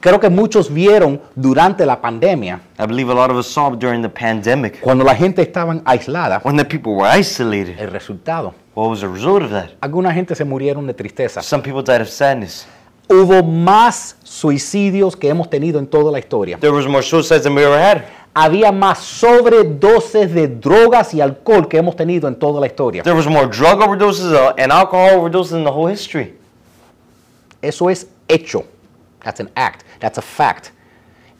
[SPEAKER 1] Creo que muchos vieron durante la pandemia,
[SPEAKER 2] I believe a lot of us saw during the pandemic
[SPEAKER 1] cuando la gente estaba aislada,
[SPEAKER 2] when the people were isolated.
[SPEAKER 1] el resultado.
[SPEAKER 2] What was the result of that?
[SPEAKER 1] Alguna gente se murieron de tristeza.
[SPEAKER 2] Some people died of sadness.
[SPEAKER 1] Hubo más suicidios que hemos tenido en toda la historia.
[SPEAKER 2] There was more suicides than we ever had.
[SPEAKER 1] Había más sobredoses de drogas y alcohol que hemos tenido en toda la historia.
[SPEAKER 2] There was more drug overdoses uh, and alcohol overdoses in the whole history.
[SPEAKER 1] Eso es hecho. That's an act. That's a fact.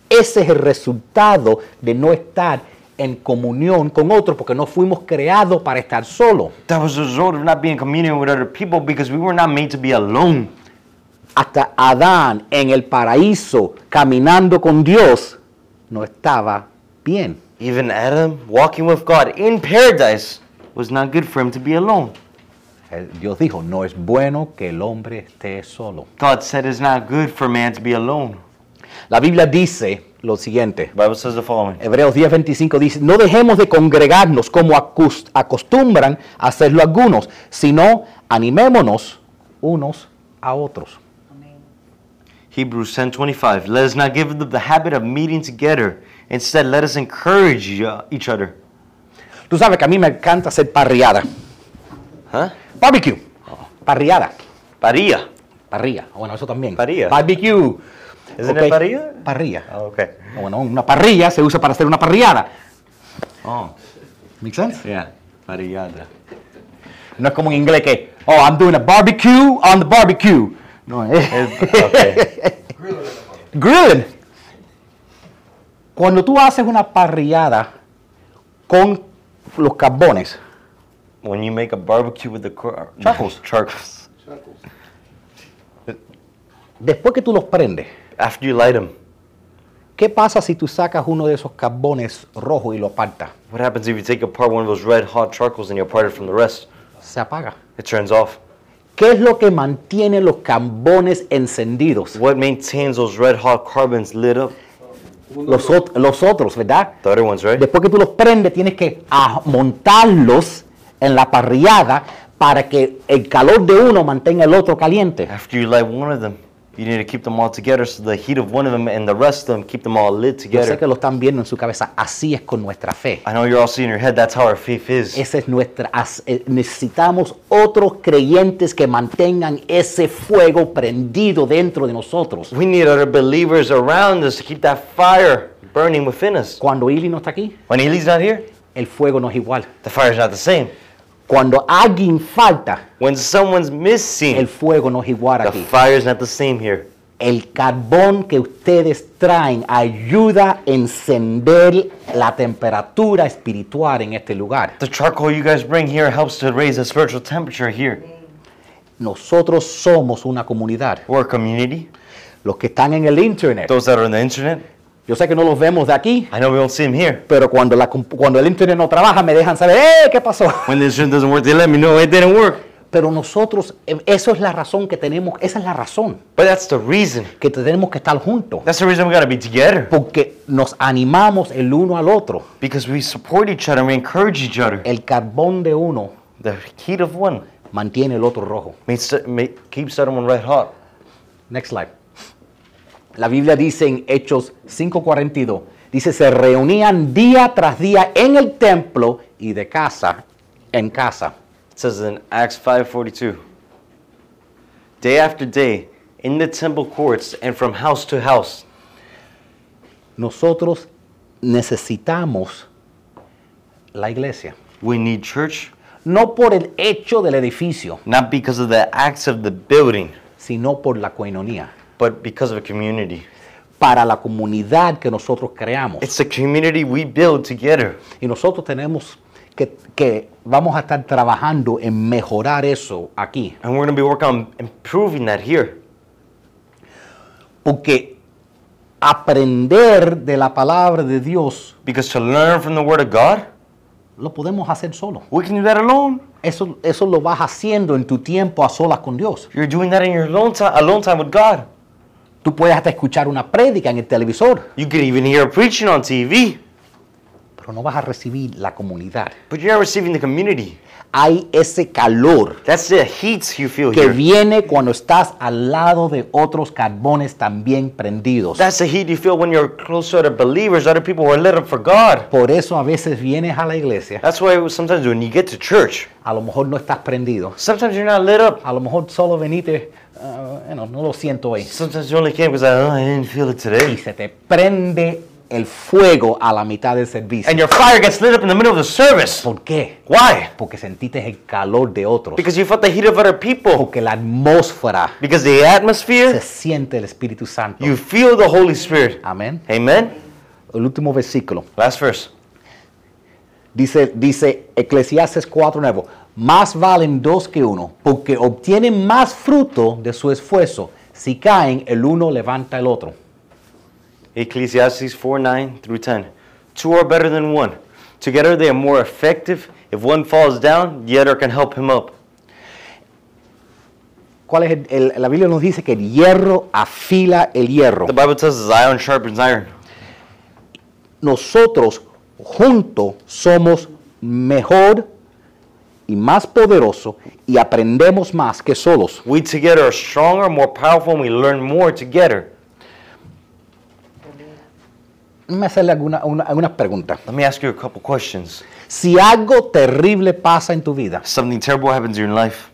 [SPEAKER 1] Ese es el resultado de no estar en comunión con otros porque no fuimos creados para estar solos.
[SPEAKER 2] That was the result of not being in communion with other people because we were not made to be alone.
[SPEAKER 1] Hasta Adán en el paraíso caminando con Dios no estaba bien.
[SPEAKER 2] Even Adam walking with God in paradise was not good for him to be alone.
[SPEAKER 1] Eh, Dios dijo, no es bueno que el hombre esté solo.
[SPEAKER 2] God said it's not good for man to be alone.
[SPEAKER 1] La Biblia dice lo siguiente.
[SPEAKER 2] The Bible says the following.
[SPEAKER 1] Hebreos 10:25 dice, no dejemos de congregarnos como acus- acostumbran a hacerlo algunos, sino animémonos unos a otros.
[SPEAKER 2] Hebrews 10:25. Let us not give up the habit of meeting together. Instead, let us encourage uh, each other.
[SPEAKER 1] Tú sabes que a mí me encanta hacer parriada.
[SPEAKER 2] Huh?
[SPEAKER 1] Barbecue. Parriada.
[SPEAKER 2] Paria.
[SPEAKER 1] Parrilla. Bueno, eso también.
[SPEAKER 2] Parrilla.
[SPEAKER 1] Barbecue.
[SPEAKER 2] Isn't
[SPEAKER 1] Ok.
[SPEAKER 2] it parrilla?
[SPEAKER 1] Parrilla.
[SPEAKER 2] Oh, okay.
[SPEAKER 1] Bueno, una parrilla se usa para hacer una parriada.
[SPEAKER 2] Oh,
[SPEAKER 1] Make sense?
[SPEAKER 2] yeah. Pariada.
[SPEAKER 1] No es como en inglés que, oh, I'm doing a barbecue on the barbecue. No, es...
[SPEAKER 2] okay.
[SPEAKER 1] Grilling. Cuando tú haces una parrillada con los carbones,
[SPEAKER 2] When you make a barbecue with the cor-
[SPEAKER 1] Charcoals.
[SPEAKER 2] charcoals.
[SPEAKER 1] después que tú los prendes,
[SPEAKER 2] After you light them,
[SPEAKER 1] ¿qué pasa si tú sacas uno de esos carbones rojos y lo apartas?
[SPEAKER 2] what happens if you take apart one of those red hot charcoals and you apart it from the rest?
[SPEAKER 1] Se apaga.
[SPEAKER 2] It turns off.
[SPEAKER 1] ¿Qué es lo que mantiene los carbones encendidos?
[SPEAKER 2] What maintains those red hot carbons lit up?
[SPEAKER 1] Los, ot- los otros, ¿verdad?
[SPEAKER 2] The other ones, right?
[SPEAKER 1] Después que tú los prendes, tienes que a- montarlos en la parrillada para que el calor de uno mantenga el otro caliente.
[SPEAKER 2] After you light one of them, you need to keep them all together so the heat of one of them and the rest of them keep them all lit
[SPEAKER 1] Yo sé
[SPEAKER 2] together.
[SPEAKER 1] que lo están viendo en su cabeza. Así es con nuestra fe.
[SPEAKER 2] I know you're all seeing your head, that's how our faith is.
[SPEAKER 1] Esa es nuestra. as- eh, Necesitamos otros creyentes que mantengan ese fuego prendido dentro de nosotros.
[SPEAKER 2] We need other believers around us to keep that fire burning within us.
[SPEAKER 1] Cuando Ili no está aquí,
[SPEAKER 2] When Eli's not here,
[SPEAKER 1] el fuego no es igual.
[SPEAKER 2] the fire's not the same.
[SPEAKER 1] Cuando alguien falta,
[SPEAKER 2] When someone's
[SPEAKER 1] el
[SPEAKER 2] missing,
[SPEAKER 1] fuego no es igual
[SPEAKER 2] the
[SPEAKER 1] aquí.
[SPEAKER 2] fire's not the same here.
[SPEAKER 1] El carbón que ustedes traen ayuda a encender la temperatura espiritual en este lugar.
[SPEAKER 2] The charcoal you guys bring here helps to raise the spiritual temperature here.
[SPEAKER 1] Nosotros somos una comunidad.
[SPEAKER 2] We're a community.
[SPEAKER 1] Los que están en el internet,
[SPEAKER 2] Those that are on the internet,
[SPEAKER 1] yo sé que no los vemos de aquí,
[SPEAKER 2] I know we don't see them here.
[SPEAKER 1] pero cuando, la compu- cuando el internet no trabaja me dejan saber, ¡eh! ¿Qué pasó?
[SPEAKER 2] When the internet doesn't work, they let me know it didn't work.
[SPEAKER 1] Pero nosotros, eh, eso es la razón que tenemos, esa es la razón
[SPEAKER 2] But that's the reason.
[SPEAKER 1] que tenemos que estar juntos.
[SPEAKER 2] That's the reason we gotta be together.
[SPEAKER 1] Porque nos animamos el uno al otro.
[SPEAKER 2] Because we support each other and we encourage each other.
[SPEAKER 1] El carbón de uno
[SPEAKER 2] The heat of one
[SPEAKER 1] mantiene el otro rojo.
[SPEAKER 2] makes, make, keeps someone red hot.
[SPEAKER 1] Next slide. La Biblia dice en Hechos 5:42, dice, se reunían día tras día en el templo y de casa en casa.
[SPEAKER 2] It says in Acts 5:42. Day after day, in the temple courts and from house to house.
[SPEAKER 1] Nosotros necesitamos la iglesia.
[SPEAKER 2] We need church,
[SPEAKER 1] no por el hecho del edificio,
[SPEAKER 2] not because of the acts of the building,
[SPEAKER 1] sino por la coinonía,
[SPEAKER 2] but because of a community.
[SPEAKER 1] para la comunidad que nosotros creamos.
[SPEAKER 2] It's a community we build together.
[SPEAKER 1] Y nosotros tenemos que, que vamos a estar trabajando en mejorar eso aquí,
[SPEAKER 2] And we're gonna be working on improving that here.
[SPEAKER 1] porque aprender de la palabra de Dios
[SPEAKER 2] Because to learn from the Word of God,
[SPEAKER 1] lo podemos hacer solo.
[SPEAKER 2] we can do that alone.
[SPEAKER 1] Eso, eso lo vas haciendo en tu tiempo a solas con Dios.
[SPEAKER 2] You're doing that in your alone time, alone time with God.
[SPEAKER 1] Tú puedes hasta escuchar una prédica en el televisor,
[SPEAKER 2] You can even hear preaching on TV,
[SPEAKER 1] pero pero no vas a recibir la comunidad.
[SPEAKER 2] But you're not receiving the community.
[SPEAKER 1] Hay ese calor
[SPEAKER 2] That's the heat you feel
[SPEAKER 1] que
[SPEAKER 2] here.
[SPEAKER 1] viene cuando estás al lado de otros carbones también prendidos.
[SPEAKER 2] That's the heat you feel when you're closer to believers, other people who are lit up for God.
[SPEAKER 1] Por eso a veces vienes a la iglesia,
[SPEAKER 2] That's why sometimes when you get to church,
[SPEAKER 1] a lo mejor no estás prendido,
[SPEAKER 2] sometimes you're not lit up.
[SPEAKER 1] a lo mejor solo veniste, "Ah, bueno, no lo siento hoy.
[SPEAKER 2] Sometimes you only came because I, "Oh, I didn't feel it
[SPEAKER 1] Y
[SPEAKER 2] today.
[SPEAKER 1] se te prende el fuego a la mitad del servicio.
[SPEAKER 2] And your fire gets lit up in the middle of the service.
[SPEAKER 1] ¿Por qué?
[SPEAKER 2] Why?
[SPEAKER 1] Porque sentiste el calor de otros,
[SPEAKER 2] Because you felt the heat of other people.
[SPEAKER 1] porque la atmósfera
[SPEAKER 2] Because the
[SPEAKER 1] se
[SPEAKER 2] atmosphere,
[SPEAKER 1] siente el Espíritu Santo.
[SPEAKER 2] you feel the Holy Spirit.
[SPEAKER 1] Amén.
[SPEAKER 2] Amen.
[SPEAKER 1] El último versículo.
[SPEAKER 2] Last verse.
[SPEAKER 1] Dice, dice Eclesiastes 4.9, más valen dos que uno, porque obtienen más fruto de su esfuerzo. Si caen, el uno levanta el otro.
[SPEAKER 2] Ecclesiastes 4 9 through 10. Two are better than one. Together they are more effective. If one falls down, the other can help him up.
[SPEAKER 1] ¿Cuál es el- el- la Biblia nos dice que el hierro afila el hierro.
[SPEAKER 2] The Bible tells us iron sharpens iron.
[SPEAKER 1] Nosotros juntos somos mejor y más poderoso y aprendemos más que solos.
[SPEAKER 2] We together are stronger, more powerful, and we learn more together.
[SPEAKER 1] Déjame hacerle alguna, una- algunas preguntas.
[SPEAKER 2] Let me ask you a couple questions.
[SPEAKER 1] Si algo terrible pasa en tu vida,
[SPEAKER 2] Something terrible happens in your life.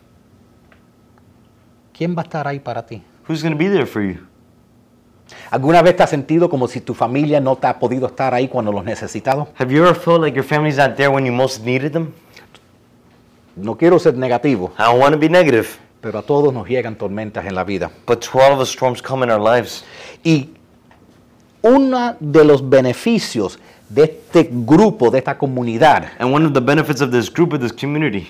[SPEAKER 1] ¿quién va a estar ahí para ti?
[SPEAKER 2] Who's going to be there for you?
[SPEAKER 1] ¿Alguna vez te has sentido como si tu familia no te ha podido estar ahí cuando los necesitado?
[SPEAKER 2] Have you ever felt like your family's not there when you most needed them?
[SPEAKER 1] No quiero ser negativo,
[SPEAKER 2] I don't want to be negative,
[SPEAKER 1] pero a todos nos llegan tormentas en la vida.
[SPEAKER 2] but to all of us, storms come in our lives.
[SPEAKER 1] Y uno de los beneficios de este grupo, de esta comunidad,
[SPEAKER 2] And one of the benefits of this group, of this community,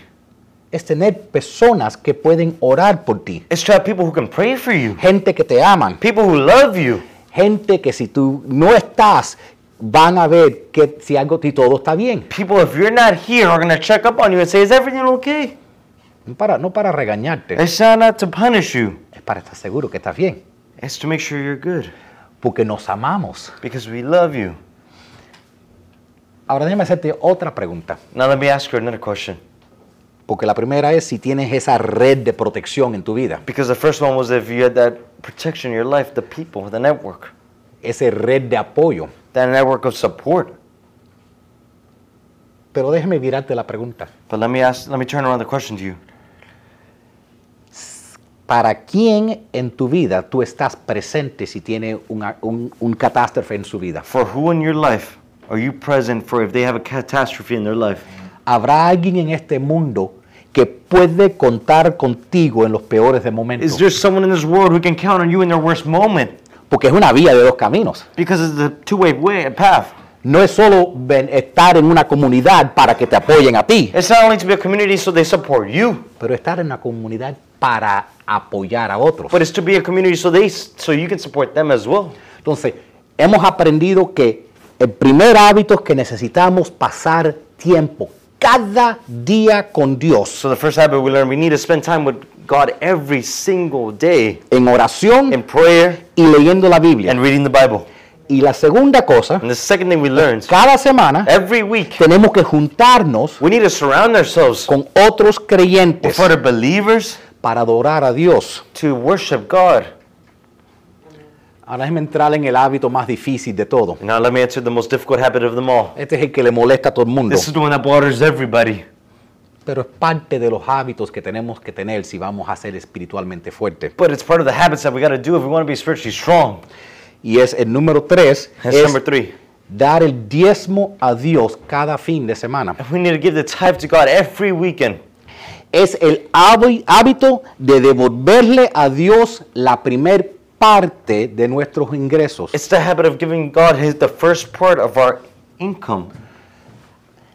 [SPEAKER 1] es tener personas que pueden orar por ti.
[SPEAKER 2] is to have people who can pray for you,
[SPEAKER 1] Gente que te aman,
[SPEAKER 2] people who love you.
[SPEAKER 1] gente que si tú no estás, van a ver que si algo y todo está bien.
[SPEAKER 2] People, if you're not here, are going to check up on you and say, Is everything okay?
[SPEAKER 1] No para, no para regañarte,
[SPEAKER 2] It's not, not to punish you,
[SPEAKER 1] es para estar seguro que estás bien,
[SPEAKER 2] it's to make sure you're good
[SPEAKER 1] porque nos amamos.
[SPEAKER 2] because we love you.
[SPEAKER 1] Ahora déjame hacerte otra pregunta.
[SPEAKER 2] Now, let me ask you another question
[SPEAKER 1] Porque la primera es si tienes esa red de protección en tu vida,
[SPEAKER 2] because the first one was if you had that protection in your life, the people, the network,
[SPEAKER 1] esa red de apoyo.
[SPEAKER 2] that network of support.
[SPEAKER 1] Pero déjeme virarte la pregunta.
[SPEAKER 2] But let me ask, let me turn around the question to you.
[SPEAKER 1] ¿Para quién en tu vida tú estás presente si tiene una- un, un catástrofe en su vida?
[SPEAKER 2] For who in your life are you present for if they have a catastrophe in their life?
[SPEAKER 1] ¿Habrá alguien en este mundo que puede contar contigo en los peores de
[SPEAKER 2] Is
[SPEAKER 1] momentos?
[SPEAKER 2] there someone in this world who can count on you in their worst moment?
[SPEAKER 1] Porque es una vía de dos caminos.
[SPEAKER 2] Because it's a two-way way, a path.
[SPEAKER 1] No es solo ven- estar en una comunidad para que te apoyen a ti,
[SPEAKER 2] It's not only to be a community so they support you,
[SPEAKER 1] pero estar en una comunidad para apoyar a otros.
[SPEAKER 2] but it's to be a community so they so you can support them as well.
[SPEAKER 1] Entonces, hemos aprendido que el primer hábito es que necesitamos pasar tiempo cada día con Dios,
[SPEAKER 2] So the first habit we learn we need to spend time with God every single day
[SPEAKER 1] en
[SPEAKER 2] in
[SPEAKER 1] oración
[SPEAKER 2] prayer
[SPEAKER 1] y leyendo la Biblia.
[SPEAKER 2] and reading the Bible.
[SPEAKER 1] Y la segunda cosa,
[SPEAKER 2] And the second thing we learned
[SPEAKER 1] cada semana
[SPEAKER 2] every week
[SPEAKER 1] tenemos que juntarnos
[SPEAKER 2] we need to surround ourselves
[SPEAKER 1] con otros creyentes
[SPEAKER 2] with other believers
[SPEAKER 1] para adorar a Dios.
[SPEAKER 2] to worship God.
[SPEAKER 1] Ahora déjeme entrar en el hábito más difícil de todo.
[SPEAKER 2] Now let me answer the most difficult habit of them all.
[SPEAKER 1] Este es el que le molesta a todo el mundo,
[SPEAKER 2] This is the one that bothers everybody.
[SPEAKER 1] pero es parte de los hábitos que tenemos que tener si vamos a ser espiritualmente fuertes.
[SPEAKER 2] But it's part of the habits that we got to do if we want to be spiritually strong.
[SPEAKER 1] Y es el número tres,
[SPEAKER 2] That's
[SPEAKER 1] es
[SPEAKER 2] number three.
[SPEAKER 1] dar el diezmo a Dios cada fin de semana.
[SPEAKER 2] We need to give the tithe to God every weekend.
[SPEAKER 1] Es el hábi- hábito de devolverle a Dios la primer parte de nuestros ingresos.
[SPEAKER 2] It's the habit of giving God his, the first part of our income.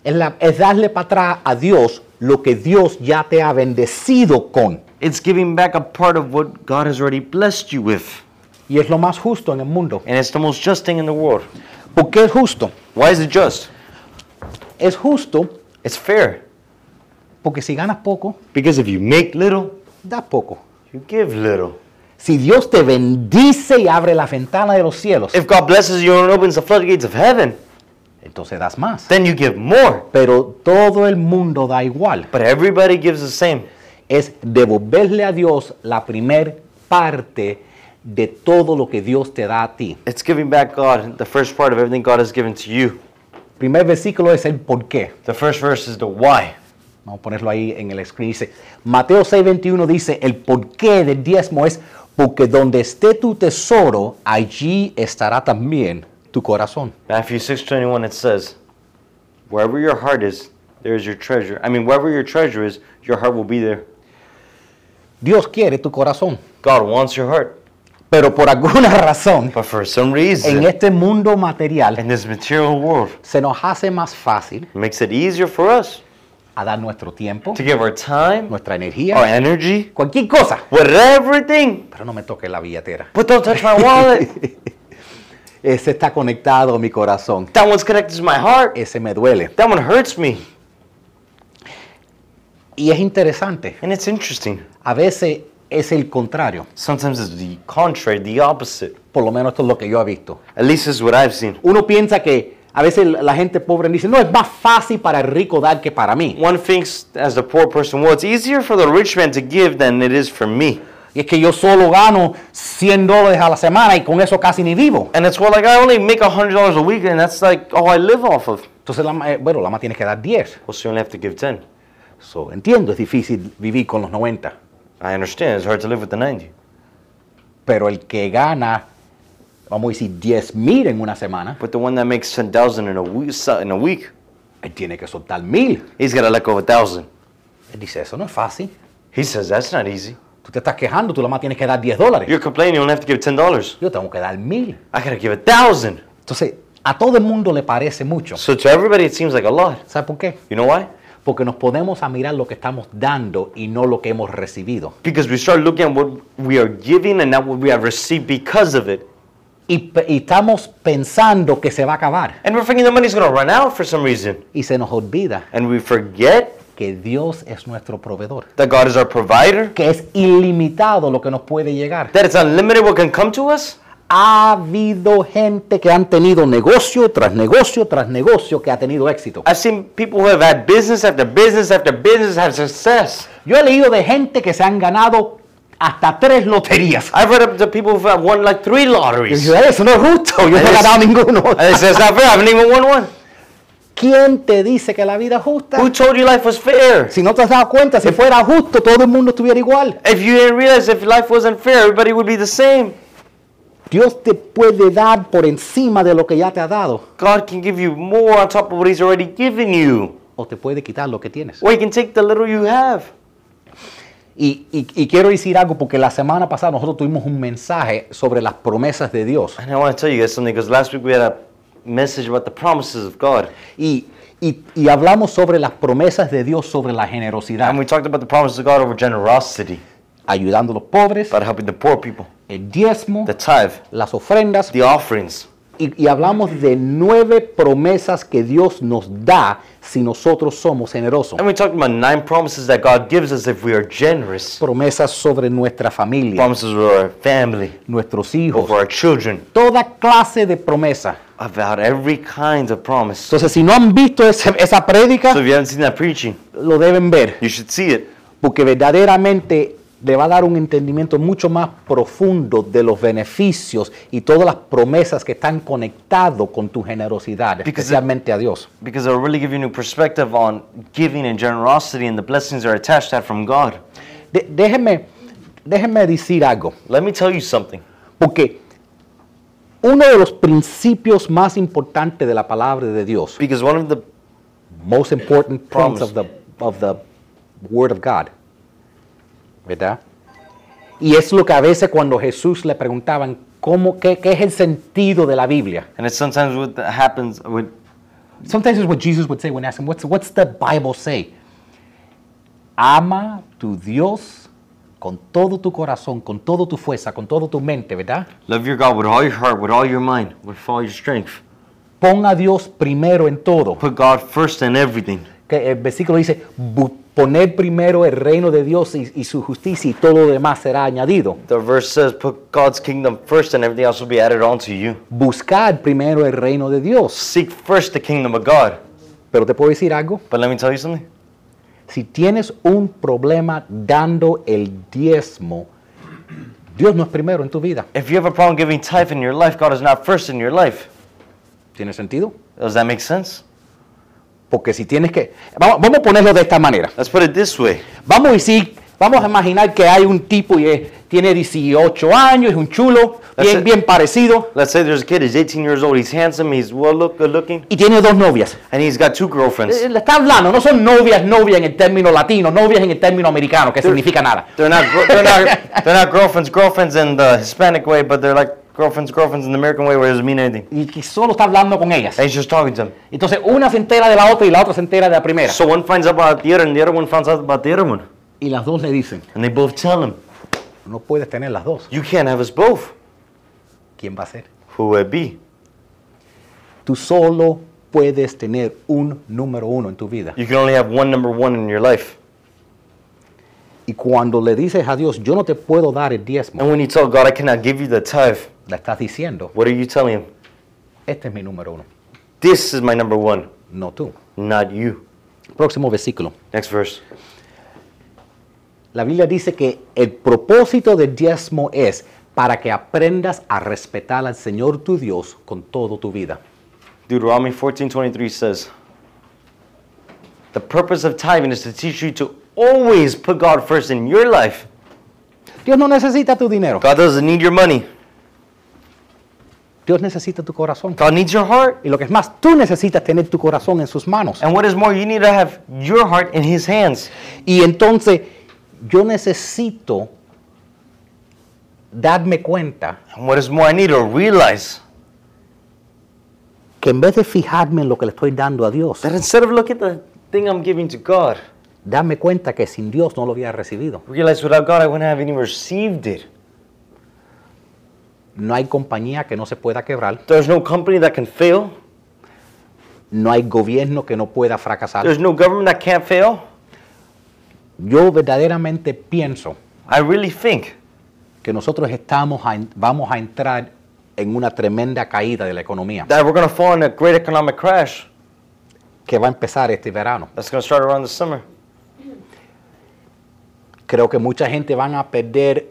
[SPEAKER 1] Es, la- es darle para atrás a Dios lo que Dios ya te ha bendecido con.
[SPEAKER 2] It's giving back a part of what God has already blessed you with.
[SPEAKER 1] Y es lo más justo en el mundo.
[SPEAKER 2] And it's the most just thing in the world.
[SPEAKER 1] ¿Por qué es justo?
[SPEAKER 2] Why is it just?
[SPEAKER 1] Es justo
[SPEAKER 2] It's fair.
[SPEAKER 1] porque si ganas poco,
[SPEAKER 2] Because if you make little,
[SPEAKER 1] das poco.
[SPEAKER 2] you give little.
[SPEAKER 1] Si Dios te bendice y abre la ventana de los cielos,
[SPEAKER 2] If God blesses you and opens the floodgates of heaven,
[SPEAKER 1] entonces das más.
[SPEAKER 2] Then you give more.
[SPEAKER 1] Pero todo el mundo da igual.
[SPEAKER 2] But everybody gives the same.
[SPEAKER 1] Es devolverle a Dios la primer parte de todo lo que Dios te da a ti.
[SPEAKER 2] It's giving back God the first part of everything God has given to you.
[SPEAKER 1] Primer versículo es el por qué.
[SPEAKER 2] The first verse is the why.
[SPEAKER 1] Vamos a ponerlo ahí en el screen. Dice, Mateo 6:21 dice, el porqué del diezmo es porque donde esté tu tesoro, allí estará también tu corazón.
[SPEAKER 2] Matthew 6:21 it says, "Wherever your heart is, there is your treasure." I mean, wherever your treasure is, your heart will be there.
[SPEAKER 1] Dios quiere tu corazón.
[SPEAKER 2] God wants your heart.
[SPEAKER 1] Pero por alguna razón,
[SPEAKER 2] But for some
[SPEAKER 1] en
[SPEAKER 2] reason,
[SPEAKER 1] este mundo material,
[SPEAKER 2] in this material world,
[SPEAKER 1] se nos hace más fácil
[SPEAKER 2] it makes it easier for us
[SPEAKER 1] a dar nuestro tiempo,
[SPEAKER 2] to give our time,
[SPEAKER 1] nuestra
[SPEAKER 2] our
[SPEAKER 1] energía,
[SPEAKER 2] energy,
[SPEAKER 1] cualquier cosa.
[SPEAKER 2] whatever thing.
[SPEAKER 1] Pero no me toque la billetera.
[SPEAKER 2] But don't touch my wallet.
[SPEAKER 1] Ese está conectado a mi corazón.
[SPEAKER 2] that one's connected to my heart.
[SPEAKER 1] Ese me duele.
[SPEAKER 2] That one hurts me.
[SPEAKER 1] Y es interesante.
[SPEAKER 2] And it's interesting.
[SPEAKER 1] A veces es el contrario.
[SPEAKER 2] Sometimes it's the contrary, the opposite.
[SPEAKER 1] Por lo menos esto es lo que yo he visto.
[SPEAKER 2] At least this is what I've seen.
[SPEAKER 1] Uno piensa que a veces la gente pobre dice, no, es más fácil para el rico dar que para mí.
[SPEAKER 2] One thinks, as the poor person, well, it's easier for the rich man to give than it is for me.
[SPEAKER 1] Y es que yo solo gano 100 dólares a la semana y con eso casi ni vivo.
[SPEAKER 2] And it's well, like I only make hundred dollars a week, and that's like all I live off of.
[SPEAKER 1] Entonces, la, ma- eh, bueno, la más tienes que dar 10.
[SPEAKER 2] Well, so you only have to give ten.
[SPEAKER 1] So, entiendo, es difícil vivir con los 90.
[SPEAKER 2] I understand. It's hard to live with the ninety.
[SPEAKER 1] Pero el que gana, vamos a decir, 10 mil en una semana,
[SPEAKER 2] But the one that makes ten thousand in a week, in a week,
[SPEAKER 1] él tiene que soltar mil.
[SPEAKER 2] he's got to let go of a thousand.
[SPEAKER 1] Él dice, eso no es fácil.
[SPEAKER 2] He says that's not easy.
[SPEAKER 1] Tú te estás quejando, tú la más tienes que dar 10 dólares.
[SPEAKER 2] You're complaining. You only have to give ten dollars.
[SPEAKER 1] Yo tengo que dar mil.
[SPEAKER 2] I gotta give a thousand.
[SPEAKER 1] Entonces, a todo el mundo le parece mucho.
[SPEAKER 2] So to everybody, it seems like a lot.
[SPEAKER 1] ¿Sabes por qué?
[SPEAKER 2] You know why?
[SPEAKER 1] Porque nos ponemos a mirar lo que estamos dando y no lo que hemos recibido.
[SPEAKER 2] Because we start looking at what we are giving and not what we have received because of it.
[SPEAKER 1] Y, pe- y estamos pensando que se va a acabar.
[SPEAKER 2] And we're thinking the money's gonna run out for some reason.
[SPEAKER 1] Y se nos olvida
[SPEAKER 2] And we forget
[SPEAKER 1] que Dios es nuestro proveedor.
[SPEAKER 2] that God is our provider,
[SPEAKER 1] Que es ilimitado lo que nos puede llegar.
[SPEAKER 2] that it's unlimited what can come to us.
[SPEAKER 1] Ha habido gente que han tenido negocio tras negocio tras negocio que ha tenido éxito.
[SPEAKER 2] I've seen people who have had business after business after business have success.
[SPEAKER 1] Yo he leído de gente que se han ganado hasta tres loterías.
[SPEAKER 2] I've read up to people who have won like three
[SPEAKER 1] Y
[SPEAKER 2] lotteries.
[SPEAKER 1] yo, eso no es justo, yo no he ganado ninguno.
[SPEAKER 2] And it says, not fair, I haven't even won one.
[SPEAKER 1] ¿Quién te dice que la vida es justa?
[SPEAKER 2] Who told you life was fair?
[SPEAKER 1] Si no te has dado cuenta, si fuera justo, todo el mundo estuviera igual.
[SPEAKER 2] If you didn't realize if life wasn't fair, everybody would be the same.
[SPEAKER 1] Dios te puede dar por encima de lo que ya te ha dado
[SPEAKER 2] God can give you more on top of what He's already given you.
[SPEAKER 1] o te puede quitar lo que tienes.
[SPEAKER 2] Or He can take the little you have.
[SPEAKER 1] Y, y- y quiero decir algo porque la semana pasada nosotros tuvimos un mensaje sobre las promesas de Dios
[SPEAKER 2] And I want to tell you guys something because last week we had a message about the promises of God.
[SPEAKER 1] y, y- y hablamos sobre las promesas de Dios sobre la generosidad,
[SPEAKER 2] And we talked about the promises of God over generosity,
[SPEAKER 1] ayudando a los pobres,
[SPEAKER 2] about helping the poor people,
[SPEAKER 1] el diezmo,
[SPEAKER 2] the tithe,
[SPEAKER 1] las ofrendas
[SPEAKER 2] the offerings.
[SPEAKER 1] y, y hablamos de nueve promesas que Dios nos da si nosotros somos generosos.
[SPEAKER 2] And we talked about nine promises that God gives us if we are generous.
[SPEAKER 1] Promesas sobre nuestra familia,
[SPEAKER 2] Promises for our family,
[SPEAKER 1] nuestros hijos,
[SPEAKER 2] over our children,
[SPEAKER 1] toda clase de promesas.
[SPEAKER 2] about every kind of promise. So
[SPEAKER 1] Entonces, si no han visto ese- esa prédica,
[SPEAKER 2] if you haven't seen that preaching,
[SPEAKER 1] lo deben ver,
[SPEAKER 2] you should see it.
[SPEAKER 1] porque verdaderamente le va a dar un entendimiento mucho más profundo de los beneficios y todas las promesas que están conectados con tu generosidad,
[SPEAKER 2] Because-
[SPEAKER 1] especialmente a Dios.
[SPEAKER 2] Because it'll really give you a new perspective on giving and generosity and the blessings that are attached to that from God.
[SPEAKER 1] De- déjeme, déjeme decir algo.
[SPEAKER 2] Let me tell you something.
[SPEAKER 1] Porque uno de los principios más importantes de la palabra de Dios,
[SPEAKER 2] Because one of the
[SPEAKER 1] most important points
[SPEAKER 2] Promise.
[SPEAKER 1] of the, of the word of God, ¿verdad? Y es lo que a veces cuando Jesús le preguntaban, ¿cómo, qué, qué es el sentido de la Biblia?
[SPEAKER 2] and it's sometimes what that happens with
[SPEAKER 1] Sometimes it's what Jesus would say when asked him, what's, what's the Bible say? Ama tu Dios con todo tu corazón, con todo tu fuerza, con todo tu mente, ¿verdad?
[SPEAKER 2] love your God with all your heart, with all your mind, with all your strength.
[SPEAKER 1] Pon a Dios primero en todo.
[SPEAKER 2] Put God first in everything.
[SPEAKER 1] que el versículo dice, "Bu- Poner primero el reino de Dios y, y su justicia y todo lo demás será añadido.
[SPEAKER 2] The verse says, Put God's kingdom first, and everything else will be added on to you.
[SPEAKER 1] Buscar primero el reino de Dios.
[SPEAKER 2] Seek first the kingdom of God.
[SPEAKER 1] Pero te puedo decir algo.
[SPEAKER 2] But let me tell you something.
[SPEAKER 1] Si tienes un problema dando el diezmo, Dios no es primero en tu vida.
[SPEAKER 2] If you have a problem giving tithe in your life, God is not first in your life.
[SPEAKER 1] ¿Tiene sentido?
[SPEAKER 2] Does that make sense?
[SPEAKER 1] Porque si tienes que... Vamos, vamos a ponerlo de esta manera.
[SPEAKER 2] Let's put it this way.
[SPEAKER 1] Vamos a decir, vamos a imaginar que hay un tipo y es- tiene 18 años, es un chulo,
[SPEAKER 2] That's
[SPEAKER 1] bien,
[SPEAKER 2] it.
[SPEAKER 1] bien parecido,
[SPEAKER 2] Let's say there's a kid, he's 18 years old, he's handsome, he's well look, good looking,
[SPEAKER 1] y tiene dos novias.
[SPEAKER 2] and he's got two girlfriends.
[SPEAKER 1] Eh, Le está hablando, no son novias, novias en el término latino, novias en el término americano, que significa nada.
[SPEAKER 2] They're not, gr- they're not, they're not girlfriends, girlfriends in the Hispanic way, but they're like girlfriends, girlfriends in the American way, where it doesn't mean anything.
[SPEAKER 1] Y que solo está hablando con ellas.
[SPEAKER 2] And he's just talking to them.
[SPEAKER 1] Entonces una se entera de la otra y la otra se entera de la primera.
[SPEAKER 2] So one finds out about the other, and the other one finds out about the other one,
[SPEAKER 1] Y las dos le dicen,
[SPEAKER 2] and they both tell him,
[SPEAKER 1] no puedes tener las dos.
[SPEAKER 2] "You can't have us both."
[SPEAKER 1] ¿Quién va a ser?
[SPEAKER 2] Who would it be?
[SPEAKER 1] Tú solo puedes tener un número uno en tu vida.
[SPEAKER 2] You can only have one number one in your life.
[SPEAKER 1] Y cuando le dices a Dios, yo no te puedo dar el diezmo,
[SPEAKER 2] And when you tell God, "I cannot give you the tithe,"
[SPEAKER 1] le estás diciendo,
[SPEAKER 2] what are you telling Him?
[SPEAKER 1] este es mi número uno,
[SPEAKER 2] This is my number one,
[SPEAKER 1] no tú.
[SPEAKER 2] not you.
[SPEAKER 1] Próximo versículo.
[SPEAKER 2] Next verse.
[SPEAKER 1] La Biblia dice que el propósito del diezmo es para que aprendas a respetar al Señor tu Dios con todo tu vida.
[SPEAKER 2] Deuteronomy 14:23 says, "The purpose of tithing is to teach you to always put God first in your life.
[SPEAKER 1] Dios no necesita tu dinero,
[SPEAKER 2] God doesn't need your money.
[SPEAKER 1] Dios necesita tu corazón.
[SPEAKER 2] God needs your heart.
[SPEAKER 1] Y lo que es más, tú necesitas tener tu corazón en sus manos.
[SPEAKER 2] And what is more, you need to have your heart in His hands.
[SPEAKER 1] Y entonces yo necesito darme cuenta
[SPEAKER 2] And what is more, I need to realize
[SPEAKER 1] que en vez de fijarme en lo que le estoy dando a Dios,
[SPEAKER 2] that instead of look at the thing I'm giving to God,
[SPEAKER 1] darme cuenta que sin Dios no lo había recibido.
[SPEAKER 2] realize without God I wouldn't have even received it.
[SPEAKER 1] No hay compañía que no se pueda quebrar,
[SPEAKER 2] There's no company that can fail.
[SPEAKER 1] no hay gobierno que no pueda fracasar.
[SPEAKER 2] There's no government that can't fail.
[SPEAKER 1] Yo verdaderamente pienso
[SPEAKER 2] I really think
[SPEAKER 1] que nosotros estamos a en- vamos a entrar en una tremenda caída de la economía
[SPEAKER 2] that we're gonna fall in a great economic crash
[SPEAKER 1] que va a empezar este verano.
[SPEAKER 2] that's gonna start around the summer.
[SPEAKER 1] Creo que mucha gente van a perder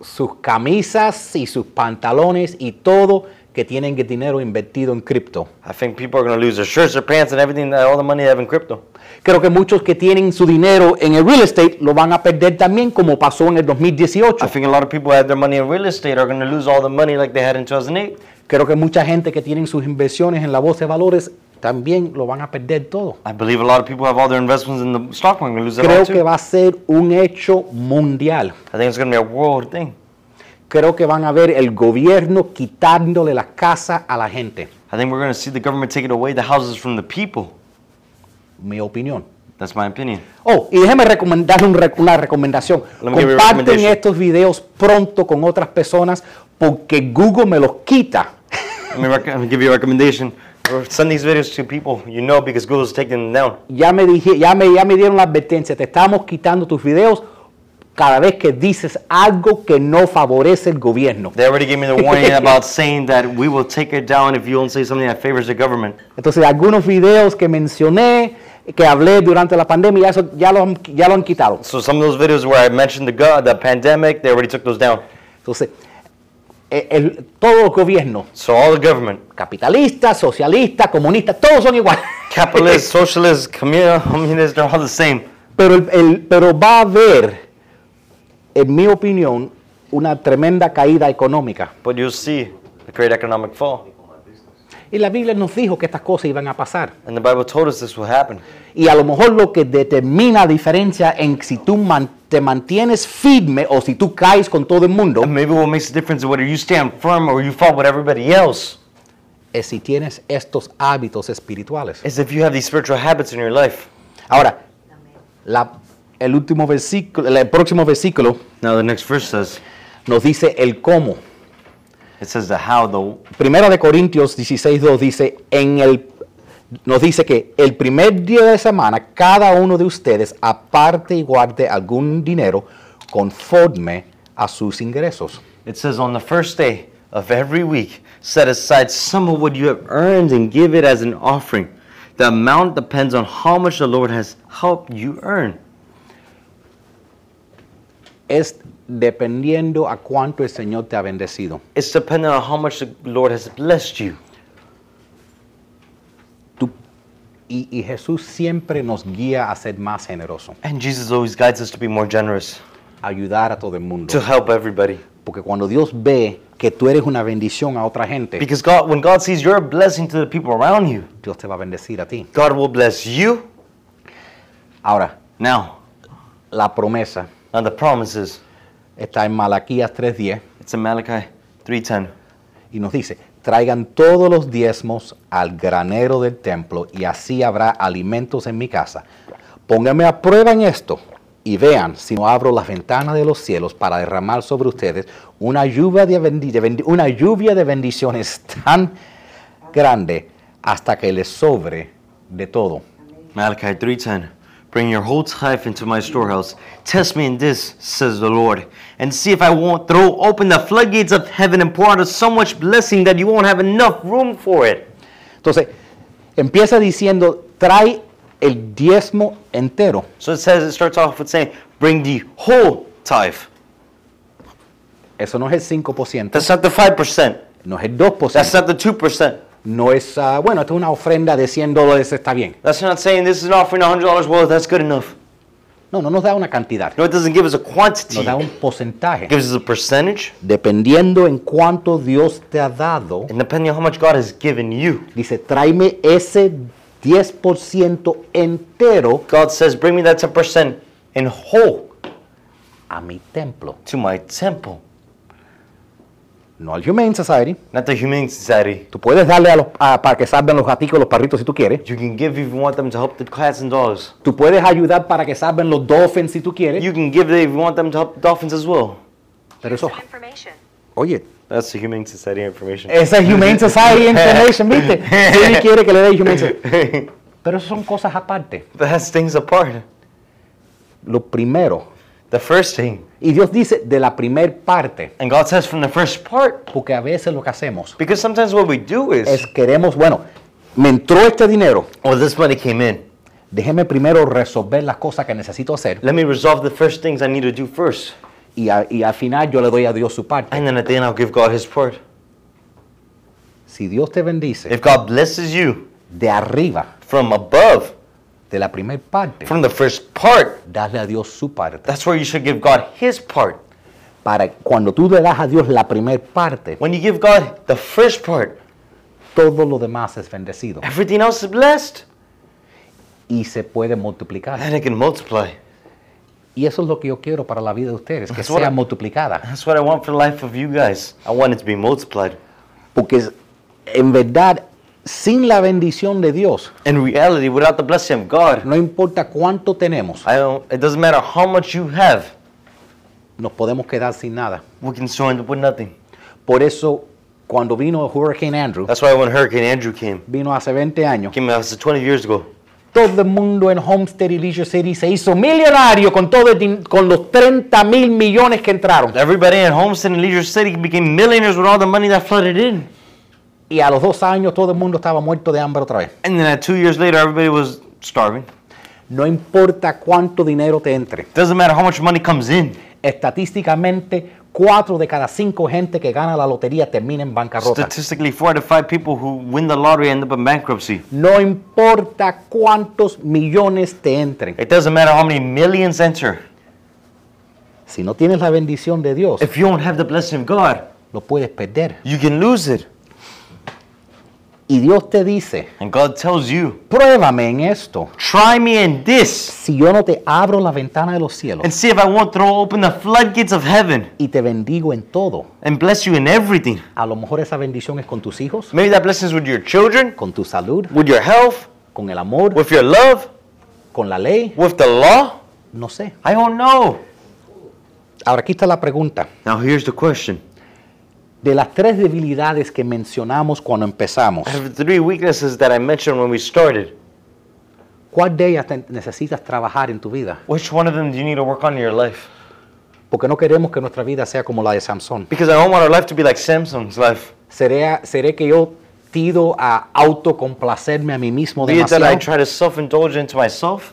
[SPEAKER 1] sus camisas y sus pantalones y todo que tienen el dinero invertido en cripto.
[SPEAKER 2] I think people are going to lose their shirts, their pants, and everything, that- all the money they have in crypto.
[SPEAKER 1] Creo que muchos que tienen su dinero en el real estate lo van a perder también como pasó en el
[SPEAKER 2] I
[SPEAKER 1] 2018.
[SPEAKER 2] think a lot of people who had their money in real estate are going to lose all the money like they had in 2008.
[SPEAKER 1] Creo que mucha gente que tienen sus inversiones en la bolsa de valores también lo van a perder todo.
[SPEAKER 2] I believe a lot of people who have all their investments in the stock market, are going to lose that all
[SPEAKER 1] Creo
[SPEAKER 2] too.
[SPEAKER 1] que va a ser un hecho mundial.
[SPEAKER 2] I think it's going to be a world thing.
[SPEAKER 1] Creo que van a ver el gobierno quitándole las casas a la gente.
[SPEAKER 2] I think we're going to see the government taking away the houses from the people.
[SPEAKER 1] Mi opinión.
[SPEAKER 2] That's my opinion.
[SPEAKER 1] Oh, y déjeme recomendarle un rec- una recomendación.
[SPEAKER 2] Let me give you a
[SPEAKER 1] Comparten
[SPEAKER 2] recommendation.
[SPEAKER 1] estos videos pronto con otras personas porque Google me los quita.
[SPEAKER 2] Let me, rec- let me give you a recommendation. Or Send these videos to people you know because Google's taking them down.
[SPEAKER 1] Ya me, dije, ya, me, ya me dieron la advertencia, te estamos quitando tus videos cada vez que dices algo que no favorece el gobierno.
[SPEAKER 2] They already gave me the warning about saying that we will take it down if you don't say something that favors the government.
[SPEAKER 1] Entonces, algunos videos que mencioné, que hablé durante la pandemia, ya, eso- ya, lo, han- ya lo han quitado.
[SPEAKER 2] So some of those videos where I mentioned the, go- the pandemic, they already took those down.
[SPEAKER 1] Entonces, e- el- todos los gobiernos,
[SPEAKER 2] So all the government,
[SPEAKER 1] capitalistas, socialistas, comunistas, todos son iguales.
[SPEAKER 2] capitalist, socialist, communi- communist, they're all the same.
[SPEAKER 1] Pero, el- el- pero va a haber, en mi opinión, una tremenda caída económica.
[SPEAKER 2] But you'll see the great economic fall.
[SPEAKER 1] Y la Biblia nos dijo que estas cosas iban a pasar.
[SPEAKER 2] And the Bible told us this will happen.
[SPEAKER 1] Y a lo mejor lo que determina la diferencia en si tú man- te mantienes firme o si tú caes con todo el mundo
[SPEAKER 2] And maybe what makes the difference is whether you stand firm or you fall with everybody else
[SPEAKER 1] es si tienes estos hábitos espirituales.
[SPEAKER 2] is if you have these spiritual habits in your life.
[SPEAKER 1] Ahora, la- el último versículo, el próximo versículo
[SPEAKER 2] Now the next verse says,
[SPEAKER 1] nos dice el cómo.
[SPEAKER 2] it says the how, the
[SPEAKER 1] Primera de Corintios 16.2 dice, en el, nos dice que el primer día de la semana cada uno de ustedes aparte y guarde algún dinero conforme a sus ingresos.
[SPEAKER 2] It says, On the first day of every week, set aside some of what you have earned and give it as an offering. The amount depends on how much the Lord has helped you earn.
[SPEAKER 1] Es dependiendo a cuánto el Señor te ha bendecido.
[SPEAKER 2] It's dependent on how much the Lord has blessed you.
[SPEAKER 1] Tú- y, y Jesús siempre nos guía a ser más generoso,
[SPEAKER 2] And Jesus always guides us to be more generous,
[SPEAKER 1] a ayudar a todo el mundo.
[SPEAKER 2] to help everybody.
[SPEAKER 1] Porque cuando Dios ve que tú eres una bendición a otra gente,
[SPEAKER 2] Because God, when God sees you're a blessing to the people around you,
[SPEAKER 1] Dios te va a bendecir a ti.
[SPEAKER 2] God will bless you.
[SPEAKER 1] Ahora,
[SPEAKER 2] Now,
[SPEAKER 1] la promesa
[SPEAKER 2] now the promises.
[SPEAKER 1] está en Malaquías 3:10
[SPEAKER 2] It's in Malachi 3:10.
[SPEAKER 1] y nos dice, traigan todos los diezmos al granero del templo y así habrá alimentos en mi casa. Pónganme a prueba en esto y vean si no abro las ventanas de los cielos para derramar sobre ustedes una lluvia de, bendi- de bendi- una lluvia de bendiciones tan grande hasta que les sobre de todo.
[SPEAKER 2] Malachi 3:10. Bring your whole tithe into my storehouse. Test me in this, says the Lord, and see if I won't throw open the floodgates of heaven and pour out so much blessing that you won't have enough room for it.
[SPEAKER 1] Entonces, empieza diciendo, trae el diezmo entero.
[SPEAKER 2] So it says it starts off with saying, "Bring the whole tithe."
[SPEAKER 1] Eso no es el 5%,
[SPEAKER 2] That's not the five percent.
[SPEAKER 1] no es el 2%.
[SPEAKER 2] That's not the two percent.
[SPEAKER 1] no es, ah, bueno, esto es una ofrenda de 100 dólares, está bien.
[SPEAKER 2] That's not saying this is an offering hundred dollars. Well, that's good enough.
[SPEAKER 1] No, no nos da una cantidad,
[SPEAKER 2] No, it doesn't give us a quantity.
[SPEAKER 1] nos da un
[SPEAKER 2] It
[SPEAKER 1] porcentaje.
[SPEAKER 2] gives us a percentage,
[SPEAKER 1] Dependiendo en cuánto Dios te ha dado,
[SPEAKER 2] and depending on how much God has given you,
[SPEAKER 1] dice, tráeme ese 10% entero
[SPEAKER 2] God says, "Bring me that ten percent in whole."
[SPEAKER 1] a mi templo,
[SPEAKER 2] to my temple.
[SPEAKER 1] no al Humane Society.
[SPEAKER 2] Not the Humane Society.
[SPEAKER 1] Tú puedes darle a los, a- para que salven los gaticos, los perritos si tú quieres.
[SPEAKER 2] You can give if you want them to help the cats and dogs.
[SPEAKER 1] Tú puedes ayudar para que salven los dolphins si tú quieres.
[SPEAKER 2] You can give if you want them to help the dolphins as well.
[SPEAKER 1] Pero eso,
[SPEAKER 3] Some information.
[SPEAKER 1] oye,
[SPEAKER 2] That's the Humane Society information.
[SPEAKER 1] esa es Humane Society Information, ¿viste? Si quiere que le dé Humane Society.
[SPEAKER 2] That's
[SPEAKER 1] Pero eso son cosas aparte.
[SPEAKER 2] things apart.
[SPEAKER 1] Lo primero
[SPEAKER 2] The first thing.
[SPEAKER 1] Y Dios dice de la primer parte,
[SPEAKER 2] And God says from the first part.
[SPEAKER 1] porque a veces lo que hacemos
[SPEAKER 2] Because sometimes what we do is,
[SPEAKER 1] es queremos, bueno, me entró este dinero,
[SPEAKER 2] oh, this money came in.
[SPEAKER 1] déjeme primero resolver las cosas que necesito hacer
[SPEAKER 2] Let me resolve the first things I need to do first.
[SPEAKER 1] y, a- y al final yo le doy a Dios su parte.
[SPEAKER 2] And then at the end, I'll give God his part.
[SPEAKER 1] Si Dios te bendice
[SPEAKER 2] If God blesses you
[SPEAKER 1] de arriba,
[SPEAKER 2] from above,
[SPEAKER 1] de la primer parte,
[SPEAKER 2] from the first part,
[SPEAKER 1] dale a Dios su parte.
[SPEAKER 2] that's where you should give God his part.
[SPEAKER 1] Para cuando tú le das a Dios la primer parte,
[SPEAKER 2] When you give God the first part,
[SPEAKER 1] todo lo demás es bendecido
[SPEAKER 2] everything else is blessed.
[SPEAKER 1] y se puede multiplicar.
[SPEAKER 2] And it can multiply.
[SPEAKER 1] Y eso es lo que yo quiero para la vida de ustedes, que
[SPEAKER 2] That's what
[SPEAKER 1] sea
[SPEAKER 2] I-
[SPEAKER 1] multiplicada.
[SPEAKER 2] That's what I want for the life of you guys. I want it to be multiplied.
[SPEAKER 1] Porque es- en verdad, sin la bendición de Dios,
[SPEAKER 2] In reality, without the blessing of God,
[SPEAKER 1] No importa cuánto tenemos,
[SPEAKER 2] I don't, it doesn't matter how much you have,
[SPEAKER 1] nos podemos quedar sin nada.
[SPEAKER 2] we can still end up with nothing.
[SPEAKER 1] Por eso, cuando vino Hurricane Andrew,
[SPEAKER 2] That's why when Hurricane Andrew came,
[SPEAKER 1] vino hace 20 años,
[SPEAKER 2] came out this is 20 years ago,
[SPEAKER 1] todo el mundo en Homestead y Leisure City se hizo millonario con, todo el din- con los 30 mil millones que entraron.
[SPEAKER 2] everybody in Homestead and Leisure City became millionaires with all the money that flooded in.
[SPEAKER 1] Y a los dos años todo el mundo estaba muerto de hambre otra vez.
[SPEAKER 2] And then at two years later, everybody was starving.
[SPEAKER 1] No importa cuánto dinero te entre.
[SPEAKER 2] Doesn't matter how much money comes in.
[SPEAKER 1] Estadísticamente, 4 de cada 5 gente que gana la lotería termina en bancarrota.
[SPEAKER 2] Statistically, four out of five people who win the lottery end up in bankruptcy.
[SPEAKER 1] No importa cuántos millones te entren.
[SPEAKER 2] It doesn't matter how many millions enter.
[SPEAKER 1] Si no tienes la bendición de Dios,
[SPEAKER 2] If you don't have the blessing of God,
[SPEAKER 1] lo puedes perder.
[SPEAKER 2] you can lose it.
[SPEAKER 1] Y Dios te dice,
[SPEAKER 2] And God tells you,
[SPEAKER 1] pruébame en esto.
[SPEAKER 2] try me in this
[SPEAKER 1] Si yo no te abro la ventana de los cielos
[SPEAKER 2] and see if I won't throw open the floodgates of heaven
[SPEAKER 1] y te bendigo en todo,
[SPEAKER 2] and bless you in everything.
[SPEAKER 1] a lo mejor esa bendición es con tus hijos,
[SPEAKER 2] Maybe that blessing is with your children,
[SPEAKER 1] con tu salud,
[SPEAKER 2] with your health,
[SPEAKER 1] con el amor,
[SPEAKER 2] with your love,
[SPEAKER 1] con la ley,
[SPEAKER 2] with the law.
[SPEAKER 1] no sé.
[SPEAKER 2] I don't know.
[SPEAKER 1] Ahora aquí está la pregunta.
[SPEAKER 2] Now here's the question.
[SPEAKER 1] de las tres debilidades que mencionamos cuando empezamos,
[SPEAKER 2] I have three weaknesses that I mentioned when we started.
[SPEAKER 1] ¿cuál de ellas te- necesitas trabajar en tu vida?
[SPEAKER 2] Which one of them do you need to work on in your life?
[SPEAKER 1] Porque no queremos que nuestra vida sea como la de Sansón.
[SPEAKER 2] Because I don't want our life to be like Samsung's life.
[SPEAKER 1] ¿Seré, seré que yo tido a autocomplacerme a mí mismo
[SPEAKER 2] Be it that I
[SPEAKER 1] demasiado?
[SPEAKER 2] try to self-indulge into myself?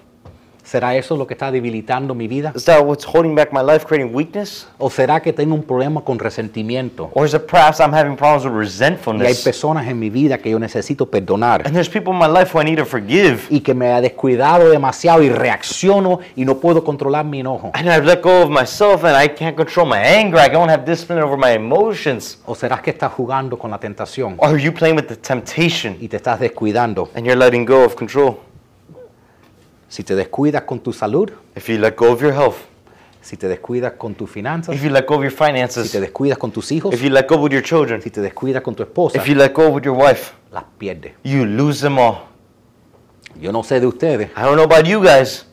[SPEAKER 1] ¿Será eso lo que está debilitando mi vida?
[SPEAKER 2] Is that what's holding back my life, creating weakness?
[SPEAKER 1] ¿O será que tengo un problema con resentimiento?
[SPEAKER 2] Or is it perhaps I'm having problems with
[SPEAKER 1] Y hay
[SPEAKER 2] resentfulness?
[SPEAKER 1] personas en mi vida que yo necesito perdonar
[SPEAKER 2] And there's people in my life who I need to forgive.
[SPEAKER 1] y que me ha descuidado demasiado y reacciono y no puedo controlar mi enojo.
[SPEAKER 2] And I've let go of myself and I can't control my anger. I don't have discipline over my emotions.
[SPEAKER 1] ¿O será que estás jugando con la tentación
[SPEAKER 2] Or are you playing with the temptation
[SPEAKER 1] y te estás descuidando?
[SPEAKER 2] and you're letting go of control?
[SPEAKER 1] Si te descuidas con tu salud,
[SPEAKER 2] If you let go of your health,
[SPEAKER 1] si te descuidas con tus finanzas,
[SPEAKER 2] if you let go of your
[SPEAKER 1] si
[SPEAKER 2] finances,
[SPEAKER 1] te descuidas con tus hijos,
[SPEAKER 2] if you let go with your children,
[SPEAKER 1] si te descuidas con tu esposa,
[SPEAKER 2] if you let go with your wife,
[SPEAKER 1] las pierdes.
[SPEAKER 2] you lose them all.
[SPEAKER 1] Yo no sé de ustedes,
[SPEAKER 2] I don't know about you guys,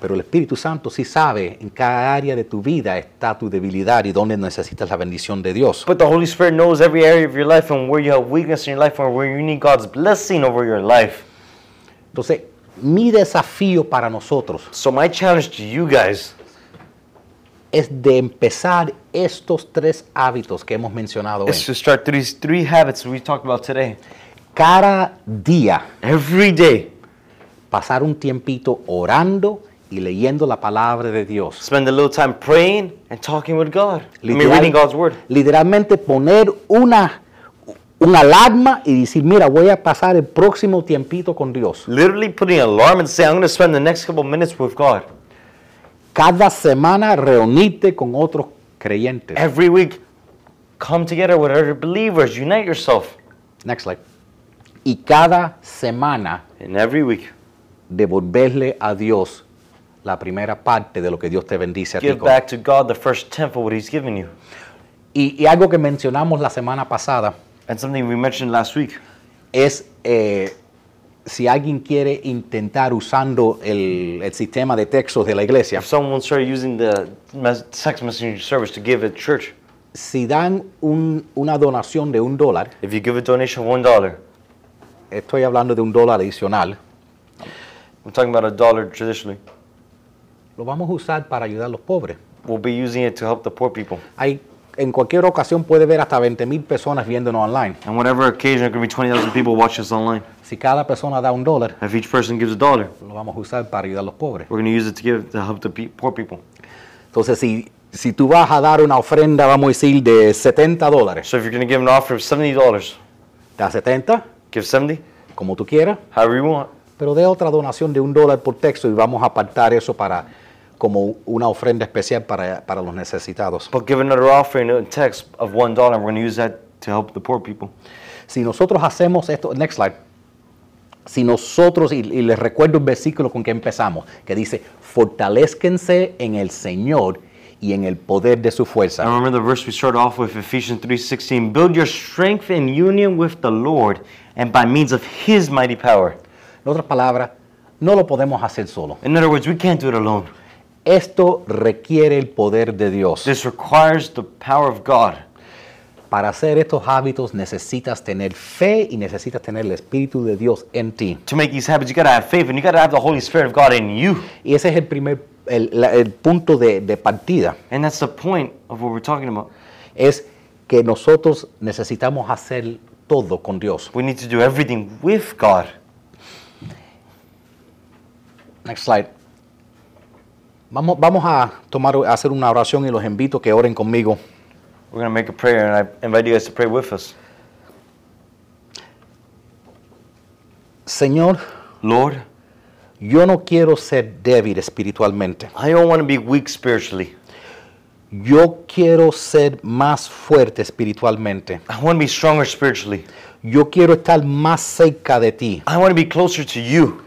[SPEAKER 1] pero el Espíritu Santo sí sabe en cada área de tu vida está tu debilidad y dónde necesitas la bendición de Dios.
[SPEAKER 2] but the Holy Spirit knows every area of your life and where you have weakness in your life and where you need God's blessing over your life.
[SPEAKER 1] Entonces, mi desafío para nosotros
[SPEAKER 2] So, my challenge to you guys
[SPEAKER 1] es de empezar estos tres hábitos que hemos mencionado hoy.
[SPEAKER 2] is to start these three habits we talked about today.
[SPEAKER 1] Cada día
[SPEAKER 2] Every day,
[SPEAKER 1] pasar un tiempito orando y leyendo la palabra de Dios.
[SPEAKER 2] spend a little time praying and talking with God. I mean,
[SPEAKER 1] Literal-
[SPEAKER 2] reading God's Word.
[SPEAKER 1] Literalmente poner una, una alarma y decir, mira, voy a pasar el próximo tiempito con Dios.
[SPEAKER 2] Literally putting an alarm and say, I'm going to spend the next couple minutes with God.
[SPEAKER 1] Cada semana reunirte con otros creyentes.
[SPEAKER 2] Every week, come together with other believers, unite yourself.
[SPEAKER 1] Next slide. Y cada semana
[SPEAKER 2] And every week,
[SPEAKER 1] devolverle a Dios la primera parte de lo que Dios te bendice a ti.
[SPEAKER 2] give
[SPEAKER 1] con.
[SPEAKER 2] back to God the first tenth of what He's given you.
[SPEAKER 1] Y, y algo que mencionamos la semana pasada
[SPEAKER 2] And something we mentioned last week
[SPEAKER 1] es eh, si alguien quiere intentar usando el, el sistema de textos de la iglesia,
[SPEAKER 2] if someone started using the mes- text messaging service to give at church,
[SPEAKER 1] si dan un- una donación de un dólar,
[SPEAKER 2] if you give a donation of $1,
[SPEAKER 1] estoy hablando de un dólar adicional,
[SPEAKER 2] I'm talking about a dollar traditionally,
[SPEAKER 1] lo vamos a usar para ayudar a los pobres.
[SPEAKER 2] we'll be using it to help the poor people.
[SPEAKER 1] Hay, en cualquier ocasión puede ver hasta 20 mil personas viéndonos online.
[SPEAKER 2] On whatever occasion, there could be 20,000 people watch us online.
[SPEAKER 1] Si cada persona da un dólar,
[SPEAKER 2] If each person gives a dollar,
[SPEAKER 1] lo vamos a usar para ayudar a los pobres.
[SPEAKER 2] we're going to use it to give to help the pe- poor people.
[SPEAKER 1] Entonces, si, si tú vas a dar una ofrenda, vamos a decir, de 70 dólares,
[SPEAKER 2] So if you're going to give an offer of $70,
[SPEAKER 1] da 70,
[SPEAKER 2] give 70,
[SPEAKER 1] como tú quieras,
[SPEAKER 2] however you want.
[SPEAKER 1] pero de otra donación de un dólar por texto y vamos a apartar eso para como una ofrenda especial para, para los necesitados.
[SPEAKER 2] But give another offering in text of $1, and we're going to use that to help the poor people.
[SPEAKER 1] Si nosotros hacemos esto, next slide, si nosotros, y, y les recuerdo el versículo con que empezamos, que dice, fortalezcanse en el Señor y en el poder de su fuerza.
[SPEAKER 2] I remember the verse we started off with, Ephesians 3.16, Build your strength in union with the Lord, and by means of His mighty power.
[SPEAKER 1] En otras palabras, no lo podemos hacer solo.
[SPEAKER 2] In other words, we can't do it alone.
[SPEAKER 1] Esto requiere el poder de Dios.
[SPEAKER 2] This requires the power of God.
[SPEAKER 1] Para hacer estos hábitos necesitas tener fe y necesitas tener el Espíritu de Dios en ti.
[SPEAKER 2] To make these habits, you got to have faith, and you got to have the Holy Spirit of God in you.
[SPEAKER 1] Y ese es el primer, el, la- el punto de, de partida.
[SPEAKER 2] And that's the point of what we're talking about.
[SPEAKER 1] Es que nosotros necesitamos hacer todo con Dios.
[SPEAKER 2] We need to do everything with God.
[SPEAKER 1] Next slide. Vamos, vamos a tomar, a hacer una oración y los invito a que oren conmigo.
[SPEAKER 2] We're going to make a prayer, and I invite you guys to pray with us.
[SPEAKER 1] Señor,
[SPEAKER 2] Lord,
[SPEAKER 1] yo no quiero ser débil espiritualmente.
[SPEAKER 2] I don't want to be weak spiritually.
[SPEAKER 1] Yo quiero ser más fuerte espiritualmente.
[SPEAKER 2] I want to be stronger spiritually.
[SPEAKER 1] Yo quiero estar más cerca de ti.
[SPEAKER 2] I want to be closer to you.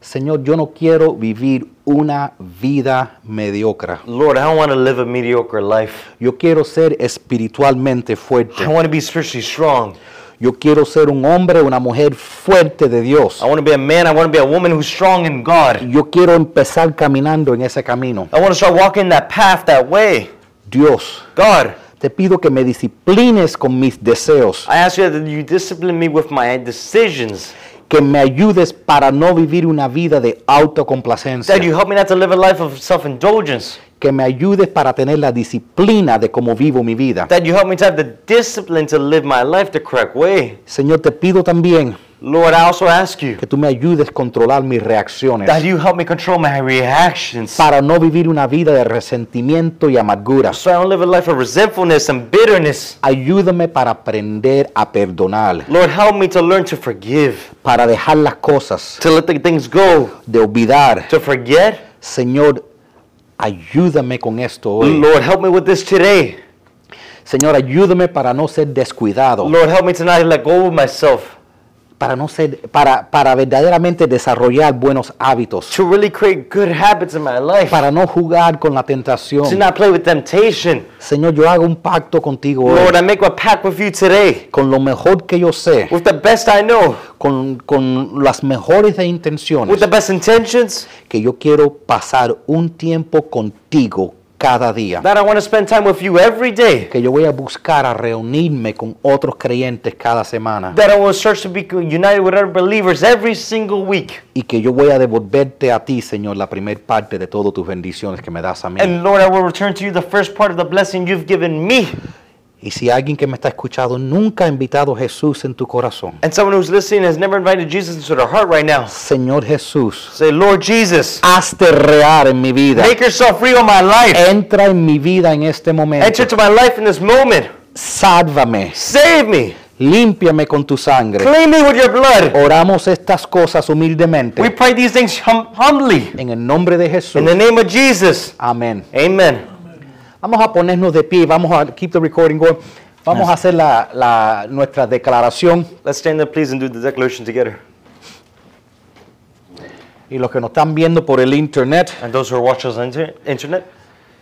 [SPEAKER 1] Señor, yo no quiero vivir una vida mediocre.
[SPEAKER 2] Lord, I don't want to live a mediocre life.
[SPEAKER 1] Yo quiero ser espiritualmente
[SPEAKER 2] I
[SPEAKER 1] fuerte.
[SPEAKER 2] want to be spiritually strong.
[SPEAKER 1] Yo quiero ser un hombre, una mujer fuerte de Dios.
[SPEAKER 2] I want to be a man. I want to be a woman who's strong in God.
[SPEAKER 1] Yo quiero empezar caminando en ese camino.
[SPEAKER 2] I want to start walking that path, that way.
[SPEAKER 1] Dios,
[SPEAKER 2] God,
[SPEAKER 1] te Te pido que me disciplines con mis deseos,
[SPEAKER 2] I ask you that you discipline me with my decisions,
[SPEAKER 1] que me ayudes para no vivir una vida de autocomplacencia,
[SPEAKER 2] that you help me not to live a life of self indulgence,
[SPEAKER 1] que me ayudes para tener la disciplina de cómo vivo mi vida.
[SPEAKER 2] that you help me to have the discipline to live my life the correct way.
[SPEAKER 1] Señor, te pido también
[SPEAKER 2] Lord, I also ask you
[SPEAKER 1] que tú me ayudes a controlar mis
[SPEAKER 2] that
[SPEAKER 1] reacciones
[SPEAKER 2] you help me control my reactions
[SPEAKER 1] para no vivir una vida de resentimiento y amargura.
[SPEAKER 2] so I don't live a life of resentfulness and bitterness.
[SPEAKER 1] Ayúdame para aprender a perdonar,
[SPEAKER 2] Lord, help me to learn to forgive,
[SPEAKER 1] para dejar las cosas,
[SPEAKER 2] to let the things go,
[SPEAKER 1] de olvidar.
[SPEAKER 2] to forget.
[SPEAKER 1] Señor, ayúdame con esto hoy.
[SPEAKER 2] Lord, help me with this today.
[SPEAKER 1] Señor, ayúdame para no ser descuidado,
[SPEAKER 2] Lord, help me to not let go of myself,
[SPEAKER 1] para no ser para para verdaderamente desarrollar buenos hábitos,
[SPEAKER 2] to really create good habits in my life,
[SPEAKER 1] para no jugar con la
[SPEAKER 2] to
[SPEAKER 1] tentación.
[SPEAKER 2] not play with temptation.
[SPEAKER 1] Señor, yo hago un pacto contigo hoy,
[SPEAKER 2] Lord, I make a pact with you today,
[SPEAKER 1] con lo mejor que yo sé,
[SPEAKER 2] with the best I know,
[SPEAKER 1] con, con las mejores de intenciones,
[SPEAKER 2] with the best intentions,
[SPEAKER 1] que yo quiero pasar un tiempo contigo cada día.
[SPEAKER 2] that I want to spend time with you every day,
[SPEAKER 1] que yo voy a buscar a reunirme con otros creyentes cada semana
[SPEAKER 2] that I will search to be united with other believers every single week.
[SPEAKER 1] y que yo voy a devolverte a ti, Señor, la primer parte de todas tus bendiciones que me das a mí.
[SPEAKER 2] And Lord, I will return to you the first part of the blessing you've given me.
[SPEAKER 1] y si alguien que me está escuchando nunca ha invitado a Jesús en tu corazón,
[SPEAKER 2] And someone who's listening has never invited Jesus into their heart right now.
[SPEAKER 1] Señor Jesús,
[SPEAKER 2] Say, Lord Jesus,
[SPEAKER 1] hazte real en mi vida.
[SPEAKER 2] make yourself real in my life.
[SPEAKER 1] Entra en mi vida en este momento.
[SPEAKER 2] Enter into my life in this moment.
[SPEAKER 1] Sálvame.
[SPEAKER 2] Save me.
[SPEAKER 1] Límpiame con tu sangre.
[SPEAKER 2] Clean me with your blood.
[SPEAKER 1] Oramos estas cosas
[SPEAKER 2] We
[SPEAKER 1] humildemente.
[SPEAKER 2] pray these things hum- humbly.
[SPEAKER 1] En el nombre de Jesús.
[SPEAKER 2] In the name of Jesus.
[SPEAKER 1] Amén.
[SPEAKER 2] Amen.
[SPEAKER 1] Vamos a ponernos de pie, vamos a keep the recording going. Vamos a hacer la, la- nuestra declaración
[SPEAKER 2] Let's stand up, please, and do the declaration together.
[SPEAKER 1] y los que nos están viendo por el internet,
[SPEAKER 2] And those who are watching us on inter- internet,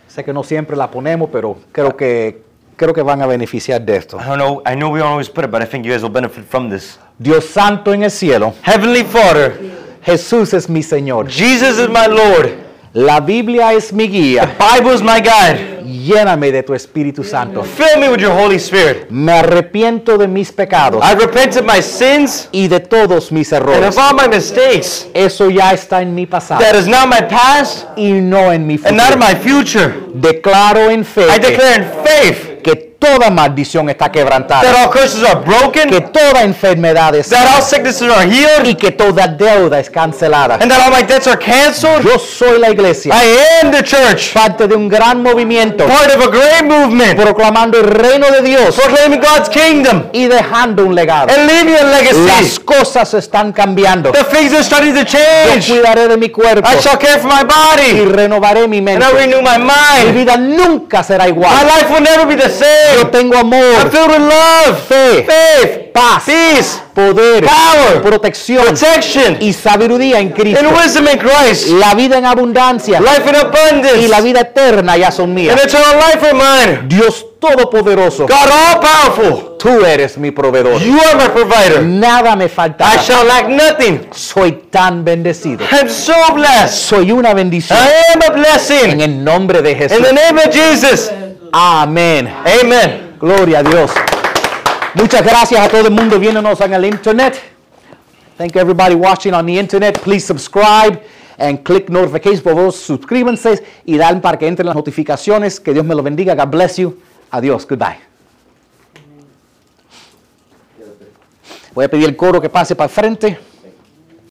[SPEAKER 1] sé que no siempre la ponemos, pero creo que creo que van a beneficiar de esto.
[SPEAKER 2] I don't know. I know we don't always put it, but I think you guys will benefit from this.
[SPEAKER 1] Dios santo en el cielo,
[SPEAKER 2] Heavenly Father,
[SPEAKER 1] Jesús es mi Señor.
[SPEAKER 2] Jesus is my Lord.
[SPEAKER 1] La Biblia es mi guía.
[SPEAKER 2] Bible is my guide.
[SPEAKER 1] Lléname de tu Espíritu Santo.
[SPEAKER 2] Fill me with your Holy Spirit.
[SPEAKER 1] Me arrepiento de mis pecados
[SPEAKER 2] I repent of my sins
[SPEAKER 1] y de todos mis
[SPEAKER 2] and of
[SPEAKER 1] errores.
[SPEAKER 2] all my mistakes.
[SPEAKER 1] Eso ya está en mi pasado
[SPEAKER 2] That is not my past
[SPEAKER 1] y no en mi
[SPEAKER 2] and not
[SPEAKER 1] futuro.
[SPEAKER 2] in my future.
[SPEAKER 1] Declaro en fe
[SPEAKER 2] I
[SPEAKER 1] que
[SPEAKER 2] declare in faith
[SPEAKER 1] que toda maldición está
[SPEAKER 2] that
[SPEAKER 1] quebrantada,
[SPEAKER 2] all curses are
[SPEAKER 1] que
[SPEAKER 2] broken,
[SPEAKER 1] toda enfermedad es
[SPEAKER 2] that all sicknesses are
[SPEAKER 1] y
[SPEAKER 2] healed,
[SPEAKER 1] que toda deuda es cancelada.
[SPEAKER 2] and that all my debts are canceled.
[SPEAKER 1] Yo soy la iglesia,
[SPEAKER 2] I am the church,
[SPEAKER 1] parte de un gran movimiento
[SPEAKER 2] part of a great movement,
[SPEAKER 1] proclamando el reino de Dios
[SPEAKER 2] proclaiming God's kingdom
[SPEAKER 1] y dejando un legado.
[SPEAKER 2] and leaving a
[SPEAKER 1] Las
[SPEAKER 2] legacy.
[SPEAKER 1] cosas están cambiando.
[SPEAKER 2] The things are starting to change.
[SPEAKER 1] Cuidaré de mi cuerpo
[SPEAKER 2] I shall care for my
[SPEAKER 1] y
[SPEAKER 2] body
[SPEAKER 1] renovaré mi
[SPEAKER 2] and
[SPEAKER 1] mente.
[SPEAKER 2] I renew my
[SPEAKER 1] Mi
[SPEAKER 2] mind.
[SPEAKER 1] vida nunca será
[SPEAKER 2] My
[SPEAKER 1] igual.
[SPEAKER 2] life will never be the same.
[SPEAKER 1] Yo tengo amor,
[SPEAKER 2] I'm filled with love,
[SPEAKER 1] fe,
[SPEAKER 2] faith,
[SPEAKER 1] paz,
[SPEAKER 2] peace,
[SPEAKER 1] poder,
[SPEAKER 2] power,
[SPEAKER 1] protección
[SPEAKER 2] protection,
[SPEAKER 1] y sabiduría en
[SPEAKER 2] and
[SPEAKER 1] Cristo.
[SPEAKER 2] wisdom in Christ.
[SPEAKER 1] La vida en abundancia
[SPEAKER 2] Life in
[SPEAKER 1] y la
[SPEAKER 2] abundance
[SPEAKER 1] vida eterna ya son mías.
[SPEAKER 2] and eternal life are mine.
[SPEAKER 1] Dios Todopoderoso,
[SPEAKER 2] God all powerful,
[SPEAKER 1] tú eres mi proveedor.
[SPEAKER 2] you are my provider.
[SPEAKER 1] Nada me
[SPEAKER 2] I
[SPEAKER 1] faltará.
[SPEAKER 2] shall lack nothing.
[SPEAKER 1] Soy tan bendecido.
[SPEAKER 2] I'm so blessed.
[SPEAKER 1] Soy una bendición.
[SPEAKER 2] I am a
[SPEAKER 1] En
[SPEAKER 2] blessing.
[SPEAKER 1] el nombre de
[SPEAKER 2] In
[SPEAKER 1] Jesús.
[SPEAKER 2] the name of Jesus.
[SPEAKER 1] Amén.
[SPEAKER 2] Amen.
[SPEAKER 1] Gloria a Dios. Muchas gracias a todo el mundo viéndonos en el internet. Thank everybody watching on the internet. Please subscribe and click notifications. Por favor, suscríbanse y dan para que entren las notificaciones. Que Dios me lo bendiga. God bless you. Adiós. Goodbye. Voy a pedir el coro que pase para el frente.